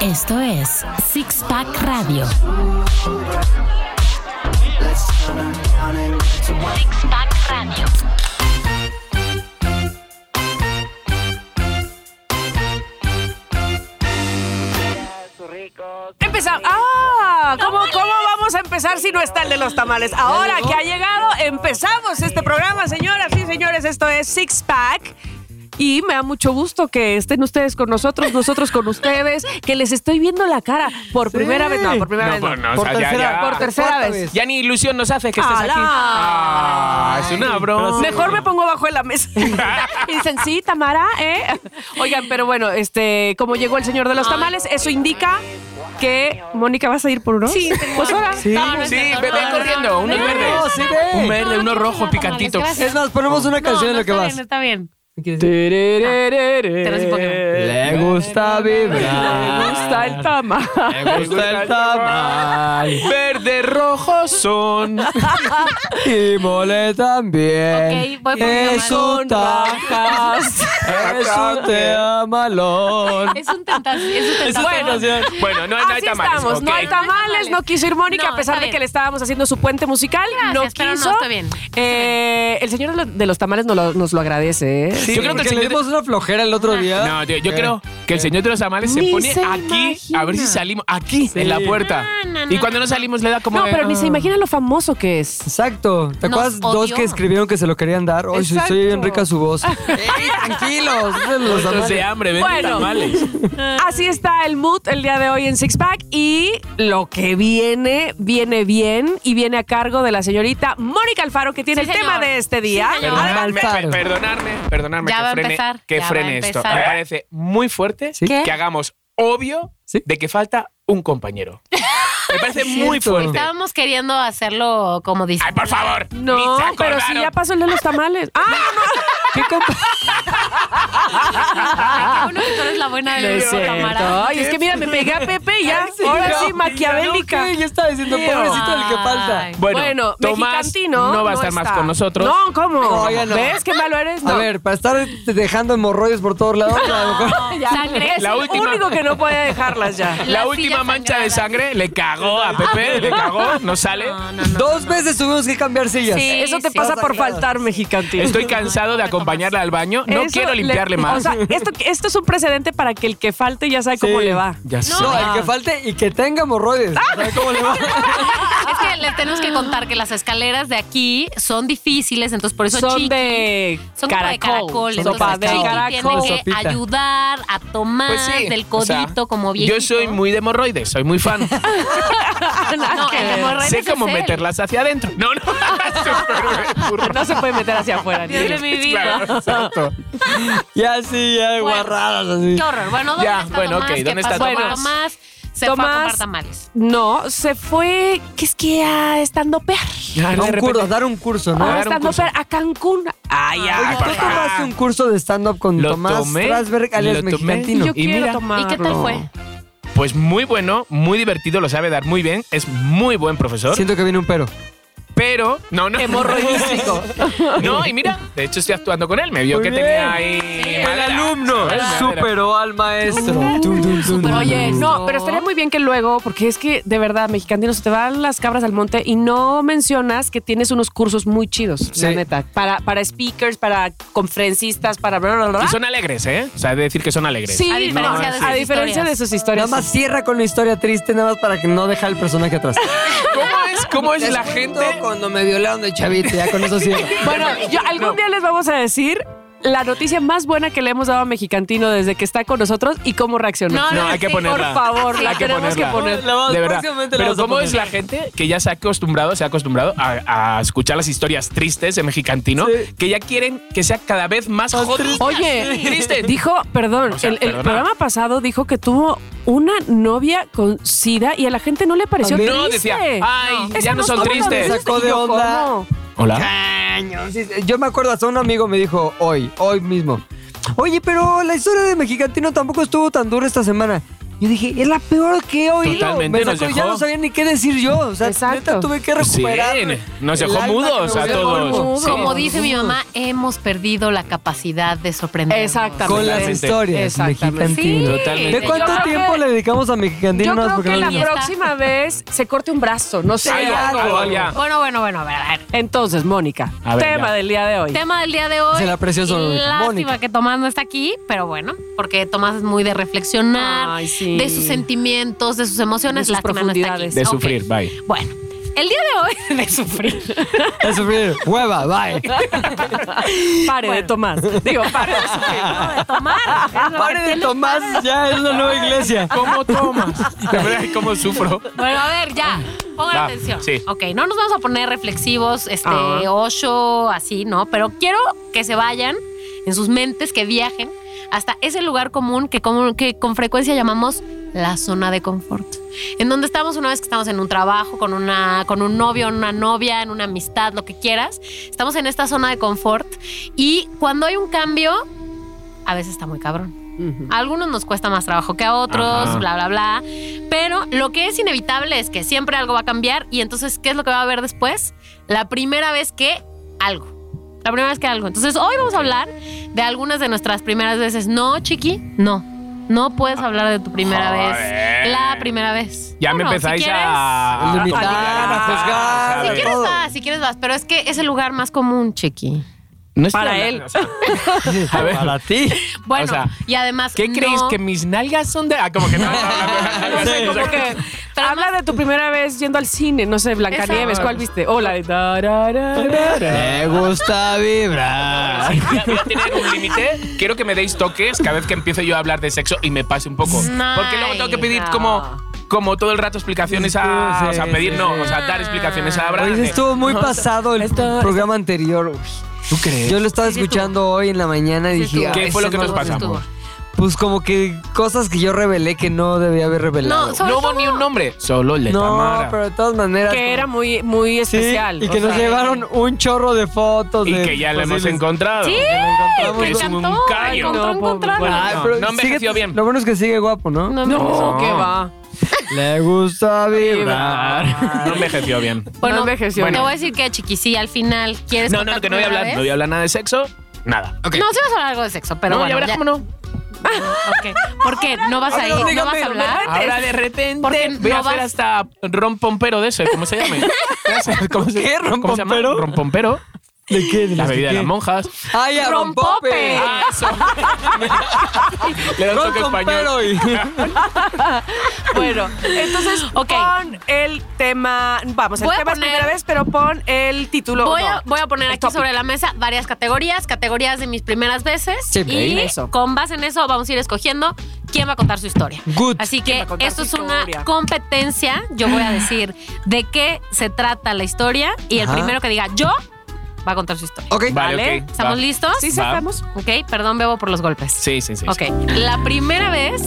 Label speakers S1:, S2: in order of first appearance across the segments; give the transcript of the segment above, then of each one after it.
S1: Esto es Six Pack Radio. Six Pack Radio.
S2: Empezamos. ¡Ah! ¿Cómo, ¿Cómo vamos a empezar si no está el de los tamales? Ahora que ha llegado, empezamos este programa, señoras y señores. Esto es Six Pack. Y me da mucho gusto que estén ustedes con nosotros, nosotros con ustedes, que les estoy viendo la cara por primera vez. No, por primera
S3: No,
S2: vez.
S3: pues no, o
S2: por,
S3: sea, ya-
S2: tercera,
S3: ya.
S2: por tercera
S4: Cuarta
S2: vez.
S4: vez.
S3: Ya ni ilusión nos hace que estés
S2: ¡Ala!
S3: aquí. Ah, es una broma.
S2: Mejor me pongo bajo de la mesa. y dicen, sí, Tamara, ¿eh? Oigan, pero bueno, este, como llegó el señor de los tamales, eso indica que. Mónica, ¿vas a ir por uno?
S5: Sí, tengo Ah,
S2: Pues ahora.
S4: Sí.
S5: No, no es
S3: Sí,
S5: cierto,
S3: ve-
S5: no,
S3: ven
S5: no,
S3: corriendo,
S5: no,
S3: unos
S5: no,
S3: verdes.
S5: no,
S4: No, sí, ve.
S3: Un verde,
S5: no
S3: uno
S5: quiero
S3: rojo,
S5: nada, Tamara,
S3: picantito.
S5: gracias.
S4: Es más, ponemos una
S5: No,
S4: canción
S5: no
S4: de lo que
S5: está
S4: vas.
S5: bien, está bien. sí, Pokémon.
S4: Le gusta
S2: Me
S4: vibrar.
S2: gusta el tamal.
S4: Le gusta el tamal.
S3: Verde, rojo son.
S4: Y mole también.
S5: Ok, voy por mi
S4: es
S5: tamal.
S4: un tajas. es un te amalón.
S5: Es un tentazo, es un tentazo.
S2: Bueno,
S3: Bueno, no, no hay
S2: Así
S3: tamales.
S2: estamos, no
S3: ok.
S2: hay tamales, no quiso ir Mónica
S5: No,
S2: a pesar
S5: está
S2: de que
S5: bien.
S2: le estábamos haciendo su puente musical,
S5: Gracias,
S2: no
S5: pero no,
S2: quiso.
S5: está bien, está
S2: Eh, el señor de los- de los tamales nos lo, nos lo agradece, ¿eh?
S4: Sí,
S3: Yo creo que el
S4: porque
S3: señor
S4: le dimos una flojera el otro día.
S3: No, tío, yo creo que el señor de los tamales se
S2: Ni
S3: pone
S2: se
S3: aquí a ver si
S2: imagina.
S3: salimos. Aquí, en la puerta.
S5: No, no, no,
S3: y cuando no salimos le da como.
S2: No,
S3: de- "Ah,
S2: pero ni se imagina lo famoso que es.
S4: Exacto. ¿Te
S5: Nos
S4: acuerdas dos
S5: odió.
S4: que escribieron que se lo querían dar? Hoy se
S2: Exacto.
S4: oye bien rica su voz. ¡Ey, tranquilos! es de los
S3: Monstruos de
S4: tamales.
S3: hambre, vende
S2: Bueno.
S3: tamales.
S2: Así está el mood el día de hoy en Six Pack y lo que viene, viene bien y viene a cargo de la señorita Mónica Alfaro que tiene
S5: Sí,
S2: el
S5: señor.
S2: tema de este día.
S5: Sí, señor.
S2: Además,
S3: Perdonadme,
S4: Alfaro.
S3: pe- perdonadme, perdonadme
S5: Ya
S3: que
S5: va a
S3: frene,
S5: empezar,
S3: que
S5: ya va a
S3: frene esto.
S5: empezar.
S3: Me parece muy fuerte
S4: ¿Sí?
S5: ¿Qué?
S3: que hagamos obvio
S4: ¿Sí?
S3: de que falta un compañero. Me parece muy
S4: cierto.
S3: fuerte.
S5: Estábamos queriendo hacerlo como dice.
S3: Ay, por favor. ni
S2: no,
S3: se
S2: pero
S3: acordaron.
S2: si ya pasó el de los tamales. ¡Ah, no!
S4: ¿Qué compa-
S5: Ah, qué bueno que tú eres la buena
S2: No
S5: de
S2: es
S5: los
S2: cierto.
S5: cámara.
S2: Ay, es que mira, me pegué a Pepe y ya. Ahora sí, maquiavélica.
S4: Yo estaba diciendo,
S2: Tío.
S4: pobrecito el que falta.
S5: Ay.
S3: Bueno,
S2: Bueno,
S3: Tomás
S2: Mexicantino
S3: no va a estar más
S2: está.
S3: con nosotros.
S2: No, ¿cómo?
S4: No, ya no.
S2: ¿Ves qué malo eres? No.
S4: A ver, para estar dejando hemorroides por todos lados, a lo mejor.
S2: Ya.
S5: Sangre.
S2: Es
S3: La
S2: el
S3: última.
S2: único que no puede dejarlas ya.
S3: La,
S5: La
S3: última
S5: silla
S3: mancha de
S5: sangrada.
S3: sangre le cagó a Pepe, le cagó, no sale.
S5: No, no, no.
S4: Dos veces tuvimos que cambiar sillas.
S5: Sí.
S2: Eso te pasa por
S4: claro.
S2: faltar, mexicantino.
S3: Estoy cansado de
S5: Ay, Tomás.
S3: acompañarla al baño, no
S2: Eso
S3: quiero
S2: le-
S3: limpiarle más.
S2: O sea, esto, esto es un precedente para que el que falte ya sabe cómo
S4: Sí.
S2: le va.
S3: ya sé.
S4: No, el que falte y que tenga hemorroides. ¿Sabes cómo le va?
S5: Es que les tenemos que contar que las escaleras de aquí son difíciles, entonces por eso
S2: Son
S5: Chiqui-
S2: de
S5: son como de
S2: caracol.
S5: caracol,
S2: Sopa
S5: entonces
S2: de
S5: Chiqui
S2: caracol.
S5: tiene que
S4: Sopita.
S5: ayudar a tomar
S3: Pues sí,
S5: del
S3: o sea,
S5: codito como viejito. Ah,
S3: Yo soy muy de hemorroides, soy muy fan.
S5: No, el hemorroides
S3: sé
S5: es
S3: cómo
S5: él.
S3: meterlas hacia adentro. No, no. Súper burro.
S2: No se puede meter hacia afuera.
S5: Dios de
S2: niños.
S5: mi vida.
S3: Claro, exacto.
S4: Ya sí, ya
S5: Bueno.
S4: guarradas así.
S5: Qué horror. Bueno, ¿dónde
S3: Ya,
S5: está
S3: bueno,
S5: Tomás?
S3: ok,
S5: ¿Qué
S3: ¿dónde está
S5: pasó?
S2: Tomás?
S5: Tomás se fue a
S2: Tomás-
S5: comprar tamales.
S2: No, se fue, ¿qué es que a estando per?
S3: Ya, de
S4: A un
S3: repente-
S4: curso, a dar un curso, ¿no?
S3: dar
S2: A
S3: Ah, un
S2: estando
S3: curso.
S2: per, a Cancún. Ay,
S4: Oye,
S2: ay.
S4: ¿tú
S3: papá.
S4: tomaste un curso de stand-up con
S3: Lo
S4: Tomás
S3: tomé,
S4: Strasberg,
S3: lo
S4: alias
S3: tomé.
S4: Mexicantino?
S2: Yo
S3: Y
S2: quiero
S3: mira.
S2: tomarlo.
S5: ¿Y qué tal fue?
S3: Pues muy bueno, muy divertido, lo sabe dar muy bien, es muy buen profesor,
S4: Siento que viene un pero.
S3: pero no, no.
S2: Hemorroidístico.
S3: No, y mira, de hecho estoy actuando con él, me vio
S4: Muy
S3: que
S4: bien.
S3: tenía ahí
S4: El
S3: madera.
S4: alumno
S3: Sí, madera.
S4: superó al maestro.
S5: Pero
S2: Oye,
S5: oye,
S2: no, pero estaría muy bien que luego, porque es que de verdad, mexicantino, se te van las cabras al monte y no mencionas que tienes unos cursos muy chidos, la
S4: Sí.
S2: neta. Para, para speakers, para conferencistas, para bla, bla, bla, bla.
S3: Y son alegres, ¿eh? O sea, de decir que son alegres.
S2: Sí,
S5: A diferencia
S2: no,
S5: de sus
S2: a diferencia de sus
S4: Nada
S2: historias.
S4: más cierra con una historia triste, nada más para que no deje al personaje atrás.
S3: ¿Cómo es, cómo es
S4: Les
S3: la
S4: cuento
S3: gente?
S4: Cuando me violaron de chavito, ya con eso cierra.
S2: Bueno, yo- algún día les vamos a decir la noticia más buena que le hemos dado a Mexicantino desde que está con nosotros y cómo reaccionó.
S5: No,
S3: No, hay que
S5: sí,
S3: ponerla.
S2: Por favor,
S3: Hay
S2: la
S3: que
S2: tenemos
S3: ponerla.
S2: que poner.
S4: La vamos-
S3: de verdad.
S4: próximamente la
S3: Pero
S4: vamos a
S3: ¿cómo
S4: poner.
S3: es la gente que ya se ha acostumbrado, se ha acostumbrado a, a escuchar las historias tristes de mexicantino,
S4: Sí.
S3: que ya quieren que sea cada vez más
S4: Más
S3: jodido?
S4: triste.
S2: Oye,
S3: Triste.
S2: dijo, perdón,
S3: O sea,
S2: el, el
S3: perdona.
S2: programa pasado dijo que tuvo una novia con SIDA y a la gente no le pareció triste.
S3: No, decía, ay,
S2: Esa
S3: ya no son
S2: estuvo tan
S3: tristes.
S2: triste.
S4: Sacó
S2: Y
S4: de
S2: yo,
S4: onda.
S2: ¿cómo?
S3: Hola.
S4: Caño, sí, sí. Yo me acuerdo, hasta un amigo me dijo hoy, hoy mismo. Oye, pero la historia de Mexicantino tampoco estuvo tan dura esta semana. Yo dije, es la peor que he oído.
S3: Totalmente
S4: me
S3: nos
S4: sacó, ya
S3: dejó.
S4: no sabía ni qué decir yo. O sea,
S2: Exacto.
S4: neta tuve que
S3: Sí,
S4: recuperar.
S3: nos
S4: el
S3: dejó
S4: alma que
S3: mudos
S4: me
S3: a
S4: había
S3: todos.
S4: devuelto.
S3: Sí.
S5: Como dice mi mamá, hemos perdido la capacidad de sorprender.
S2: Exactamente.
S4: Con las
S3: Totalmente.
S4: historias
S2: Exactamente.
S4: mexicantinas.
S3: Totalmente.
S4: ¿De cuánto
S2: Yo creo
S4: tiempo
S2: que-
S4: le dedicamos a Mexicantina?
S2: Yo
S4: Nada más
S2: creo
S4: porque
S2: que
S4: no
S2: la
S4: lo leí.
S5: niña está.
S2: próxima vez se corte un brazo, no sé.
S3: Sí, algo,
S2: algo.
S3: algo, ya.
S5: Bueno, bueno, bueno, a ver, a ver.
S2: Entonces, Mónica,
S3: A ver,
S2: tema
S3: ya.
S2: del día de hoy.
S5: Tema del día de hoy.
S4: Se la apreció solo,
S5: Y Lástima
S4: Mónica.
S5: que Tomás no está aquí, pero bueno, porque Tomás es muy de reflexionar,
S2: Ay, sí.
S5: de sus sentimientos, de sus emociones.
S2: De sus
S5: Lástima no está aquí.
S2: profundidades.
S3: De
S5: Ok.
S3: sufrir, bye.
S5: Bueno, el día de hoy de sufrir.
S4: A sufrir. Hueva, bye.
S2: Pare de tomar. Digo, pare de sufrir.
S5: No, de tomar. Es lo
S4: Pare
S5: que
S4: de
S5: le-
S4: Tomás, ya es la nueva iglesia.
S3: ¿Cómo tomas? De verdad, ¿cómo sufro?
S5: Bueno, a ver, ya. Pongan
S3: Va,
S5: atención.
S3: sí.
S5: Ok, no nos vamos a poner reflexivos, este,
S2: Ah.
S5: ocho, así, ¿no? Pero quiero que se vayan en sus mentes, que viajen hasta ese lugar común que, como- que con frecuencia llamamos la zona de confort. En donde estamos una vez que estamos en un trabajo, con, una, con un novio, una novia, en una amistad, lo que quieras. Estamos en esta zona de confort y cuando hay un cambio, a veces está muy cabrón. A algunos nos cuesta más trabajo que a otros,
S3: Ajá.
S5: bla, bla, bla. Pero lo que es inevitable es que siempre algo va a cambiar y entonces, ¿qué es lo que va a haber después? La primera vez que algo. La primera vez que algo. Entonces, hoy vamos a hablar de algunas de nuestras primeras veces. No, chiqui, no. No puedes hablar de tu primera
S3: Ah. Joder.
S5: vez. La primera vez.
S3: Ya me
S5: Bueno, si
S3: empezáis
S5: quieres-
S3: a...
S4: Limitar,
S3: a-
S4: a juzgar.
S5: Si
S3: ¿sabes?
S5: quieres
S4: todo.
S5: vas, si quieres vas, pero es que es el lugar más común, chiqui.
S3: No estoy
S2: Para
S3: hablando,
S2: él.
S3: o sea,
S4: A ver. Para ti.
S5: Bueno,
S3: O sea,
S5: y además.
S3: ¿Qué
S5: no-
S3: creéis que mis nalgas son de.? Ah, como que no. no, no, no,
S2: No sé,
S3: no, no,
S2: como
S3: no.
S2: que. Habla de tu primera vez yendo al cine, no sé, Blancanieves,
S5: Exacto.
S2: ¿cuál viste? Hola, de. da, ra, ra, ra, ra.
S4: Me gusta vibrar.
S3: Voy a- voy a tener un límite. Quiero que me deis toques cada vez que empiezo yo a hablar de sexo y me pase un poco. Porque luego tengo que pedir
S5: Nice.
S3: como, como todo el rato explicaciones a.
S4: Sí,
S3: o sea, pedir
S4: sí,
S3: no,
S4: sí.
S3: o sea, dar explicaciones a Abraham.
S4: Oye, estuvo muy pasado el
S2: esto-
S4: programa anterior. Uy.
S3: ¿Tú crees?
S4: Yo lo estaba
S5: Sí, sí,
S4: escuchando hoy en la mañana y dije,
S5: Sí, estuvo.
S4: "Ay,
S3: ¿Qué fue lo
S4: ese
S3: que
S4: no
S3: nos
S4: lo
S5: pasa?
S4: escuché".
S3: pasamos?
S4: Pues como que cosas que yo revelé que no debía haber revelado.
S5: No, sobre
S3: No hubo
S5: todo-
S3: ni un nombre, solo el de
S4: No,
S3: Tamara.
S4: pero de todas maneras.
S2: Que era
S4: como-
S2: muy, muy
S4: Sí,
S2: especial.
S4: Y
S2: o
S4: que nos
S2: sea,
S4: llevaron un chorro de fotos.
S3: y
S4: de
S3: que ya lo hemos
S4: posibles-
S3: encontrado.
S5: Sí,
S4: encontramos.
S5: que
S3: Es un
S5: cantó,
S3: callo.
S5: encontró
S2: No,
S5: un
S2: pobre-
S5: contrato.
S2: bueno,
S4: Ay,
S3: No,
S4: pero
S3: no envejeció
S4: sigue-
S3: bien.
S4: Lo bueno es que sigue guapo, Ah, ¿no?
S5: No,
S2: No, qué va.
S4: Le gusta vibrar.
S3: No envejeció bien.
S5: Bueno,
S2: No envejeció.
S5: Te
S2: Bueno.
S5: voy a decir que, chiqui, sí, al final quieres.
S3: No, no,
S5: contar
S3: no, que
S5: tu
S3: no voy a
S5: primera
S3: hablar, no
S5: vez?
S3: voy a hablar nada de sexo, nada. Ok.
S5: eh? No, sí vas a hablar algo de sexo, pero
S3: No,
S5: bueno.
S3: ya verás cómo no.
S5: Ok. ¿Por qué? ¿No vas a ir? ¿No vas a hablar?
S3: Ahora de repente
S5: Porque
S3: voy
S5: no
S3: a hacer
S5: vas-
S3: hasta rompompero de ese, ¿cómo se llama? ¿Cómo se,
S4: ¿Qué?
S3: ¿Cómo se llama?
S4: ¿Rompompero?
S3: Rompompero.
S4: ¿De qué? ¿De
S3: La
S4: las
S3: bebida de
S4: qué?
S3: las monjas.
S4: ¡Ay, a
S5: Rompope.
S4: Rompope!
S3: Ah, eso. Le da un toque español.
S4: Rompompero y-
S2: Bueno, entonces
S5: Ok.
S2: pon el tema, vamos, el
S5: Voy a
S2: tema es
S5: poner-
S2: primera vez, pero pon el título.
S5: Voy
S2: no,
S5: a, voy a poner
S2: el
S5: aquí
S2: topic.
S5: sobre la mesa varias categorías, categorías de mis primeras veces.
S4: Sí,
S5: y
S2: eso.
S5: con base en eso vamos a ir escogiendo quién va a contar su historia.
S4: Good.
S5: Así
S2: ¿Quién va
S5: que
S2: a contar
S5: esto
S2: su
S5: es una
S2: historia?
S5: competencia. Yo voy a decir de qué se trata la historia y el
S4: Ajá.
S5: primero que diga yo va a contar su historia.
S4: Ok.
S3: Vale,
S2: Vale.
S3: ok.
S5: ¿Estamos
S3: va.
S5: listos?
S2: Sí,
S3: Va.
S2: sacamos.
S5: Ok, perdón, bebo por los golpes.
S3: Sí, sí, Ah, sí.
S5: Ok, la primera vez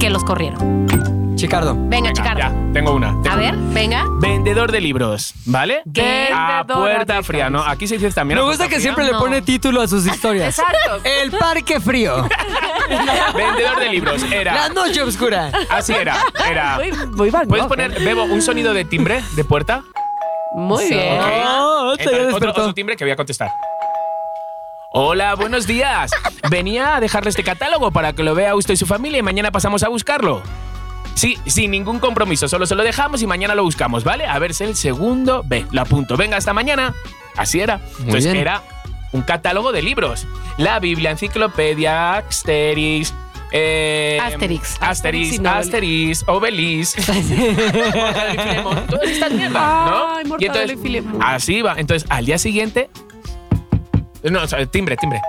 S5: que los corrieron.
S4: Chicardo.
S5: Venga,
S3: Venga,
S5: Chicardo.
S3: ya, tengo una. tengo
S5: A ver, venga.
S3: Vendedor de libros, ¿vale?
S5: ¿Qué?
S2: Vendedora
S3: A puerta
S2: de
S3: fría, ¿no? Aquí se dice también.
S4: Me
S3: a
S4: gusta
S3: puerta
S4: que
S3: fría.
S4: siempre le
S5: No.
S4: pone título a sus historias.
S2: Exacto.
S4: El parque frío.
S3: Vendedor de libros,
S4: La
S3: era.
S4: noche oscura.
S3: Así era, era.
S2: Muy, muy Van
S3: ¿Puedes
S2: Gogh,
S3: poner,
S2: ¿eh?
S3: Bebo, un sonido de timbre de puerta?
S2: Muy bien.
S3: Ok.
S4: Ah, te
S3: Entonces, otro,
S4: despertó.
S3: otro timbre que voy a contestar. Hola, buenos días. Venía a dejarle este catálogo para que lo vea usted y su familia y mañana pasamos a buscarlo. Sí, sin ningún compromiso, solo se lo dejamos y mañana lo buscamos, ¿vale? A ver, es el segundo B, lo apunto. Venga, hasta mañana. Así era. Entonces
S4: bien.
S3: era un catálogo de libros. La Biblia, enciclopedia, Asterix. eh,
S5: Asterix.
S2: Asterix y
S3: Asterix,
S2: Nobel.
S3: Asterix, Obelix. Mortadelo y Filemón, todas estas mierdas, ¿no?
S2: Ay,
S3: Y
S2: Mortadelo y Filemón.
S3: Así va. Entonces, al día siguiente. No, o sea, timbre, timbre.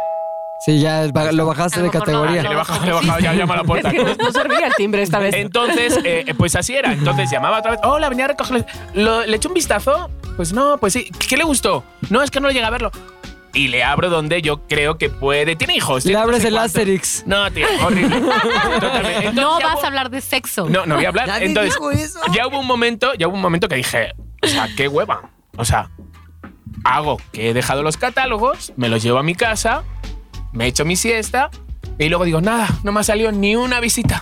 S4: Sí, ya es- lo bajaste
S5: A lo
S4: de
S5: mejor no,
S4: categoría.
S5: no.
S3: Le he bajado, le he bajado, ya llama a la
S2: Es
S3: puerta.
S2: que no, no servía el timbre esta vez.
S3: Entonces, eh, eh, pues así era. Entonces llamaba otra vez. Hola, venía a recogerlo. Lo- ¿Le echo un vistazo? Pues no, pues sí. ¿Qué le gustó? No, es que no llega a verlo. Y le abro donde yo creo que puede. Tiene hijos.
S4: Le
S3: tiene no
S4: abres
S3: sé
S4: el
S3: cuánto.
S4: Asterix.
S3: No, tío, horrible. Totalmente. Entonces,
S5: No
S3: ya
S5: vas
S3: hubo-
S5: a hablar de sexo.
S3: No, no voy a hablar.
S4: Nadie
S3: Entonces,
S4: dijo eso.
S3: ya hubo un momento, ya hubo un momento que dije, o sea, qué hueva. O sea, hago que he dejado los catálogos, me los llevo a mi casa, me echo mi siesta y luego digo, nada, no me ha salido ni una visita.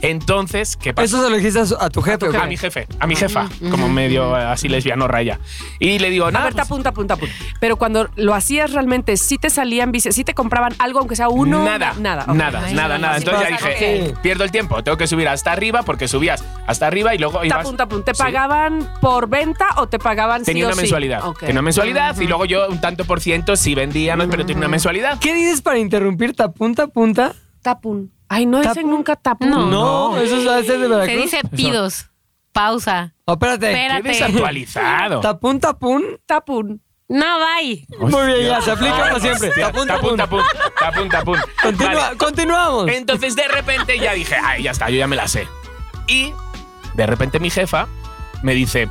S3: Entonces, ¿qué pasa?
S4: Eso se lo dijiste a, su- a tu jefe.
S3: a mi jefe, a mi jefa, como medio eh, así lesbiano raya. Y le digo,
S2: A
S3: nada, pues,
S2: ver, punta, punta, punta. Pero cuando lo hacías realmente, ¿sí te salían bici? ¿Sí te compraban algo, aunque sea uno?
S3: Nada,
S2: Nada.
S3: nada,
S2: ok.
S3: nada,
S5: Ay,
S3: nada,
S5: no,
S3: nada.
S5: sí
S3: Entonces ya
S5: pasa,
S3: dije,
S4: ok.
S3: pierdo el tiempo, tengo que subir hasta arriba porque subías hasta arriba y luego
S2: Punta,
S3: ibas.
S2: punta, punta. ¿Te
S3: Sí.
S2: pagaban por venta o te pagaban sí
S3: Tenía
S2: o
S3: una
S2: sí?
S3: mensualidad.
S2: Ok.
S3: Tenía una mensualidad y luego yo un tanto por ciento sí vendía, ¿no? pero tenía una mensualidad.
S4: ¿Qué dices para interrumpir? ¿Tapunta, punta?
S2: Tapun. Ay, no dicen
S4: Tapun.
S2: nunca tapun.
S5: No.
S4: eso se hace de Veracruz.
S5: Se dice pidos, pausa.
S4: Oh, espérate.
S5: Espera.
S3: Qué
S5: Espérate.
S3: desactualizado.
S4: ¿Tapun, tapun?
S2: Tapun.
S5: No, bye.
S4: Muy bien, ya, se aplica para siempre.
S3: Hostia,
S4: Tapun, tapun.
S3: tapun, tapun, tapun.
S4: Continúa-
S3: Vale.
S4: Continuamos.
S3: Entonces de repente ya dije, ay, ya está, yo ya me la sé. Y de repente mi jefa me dice,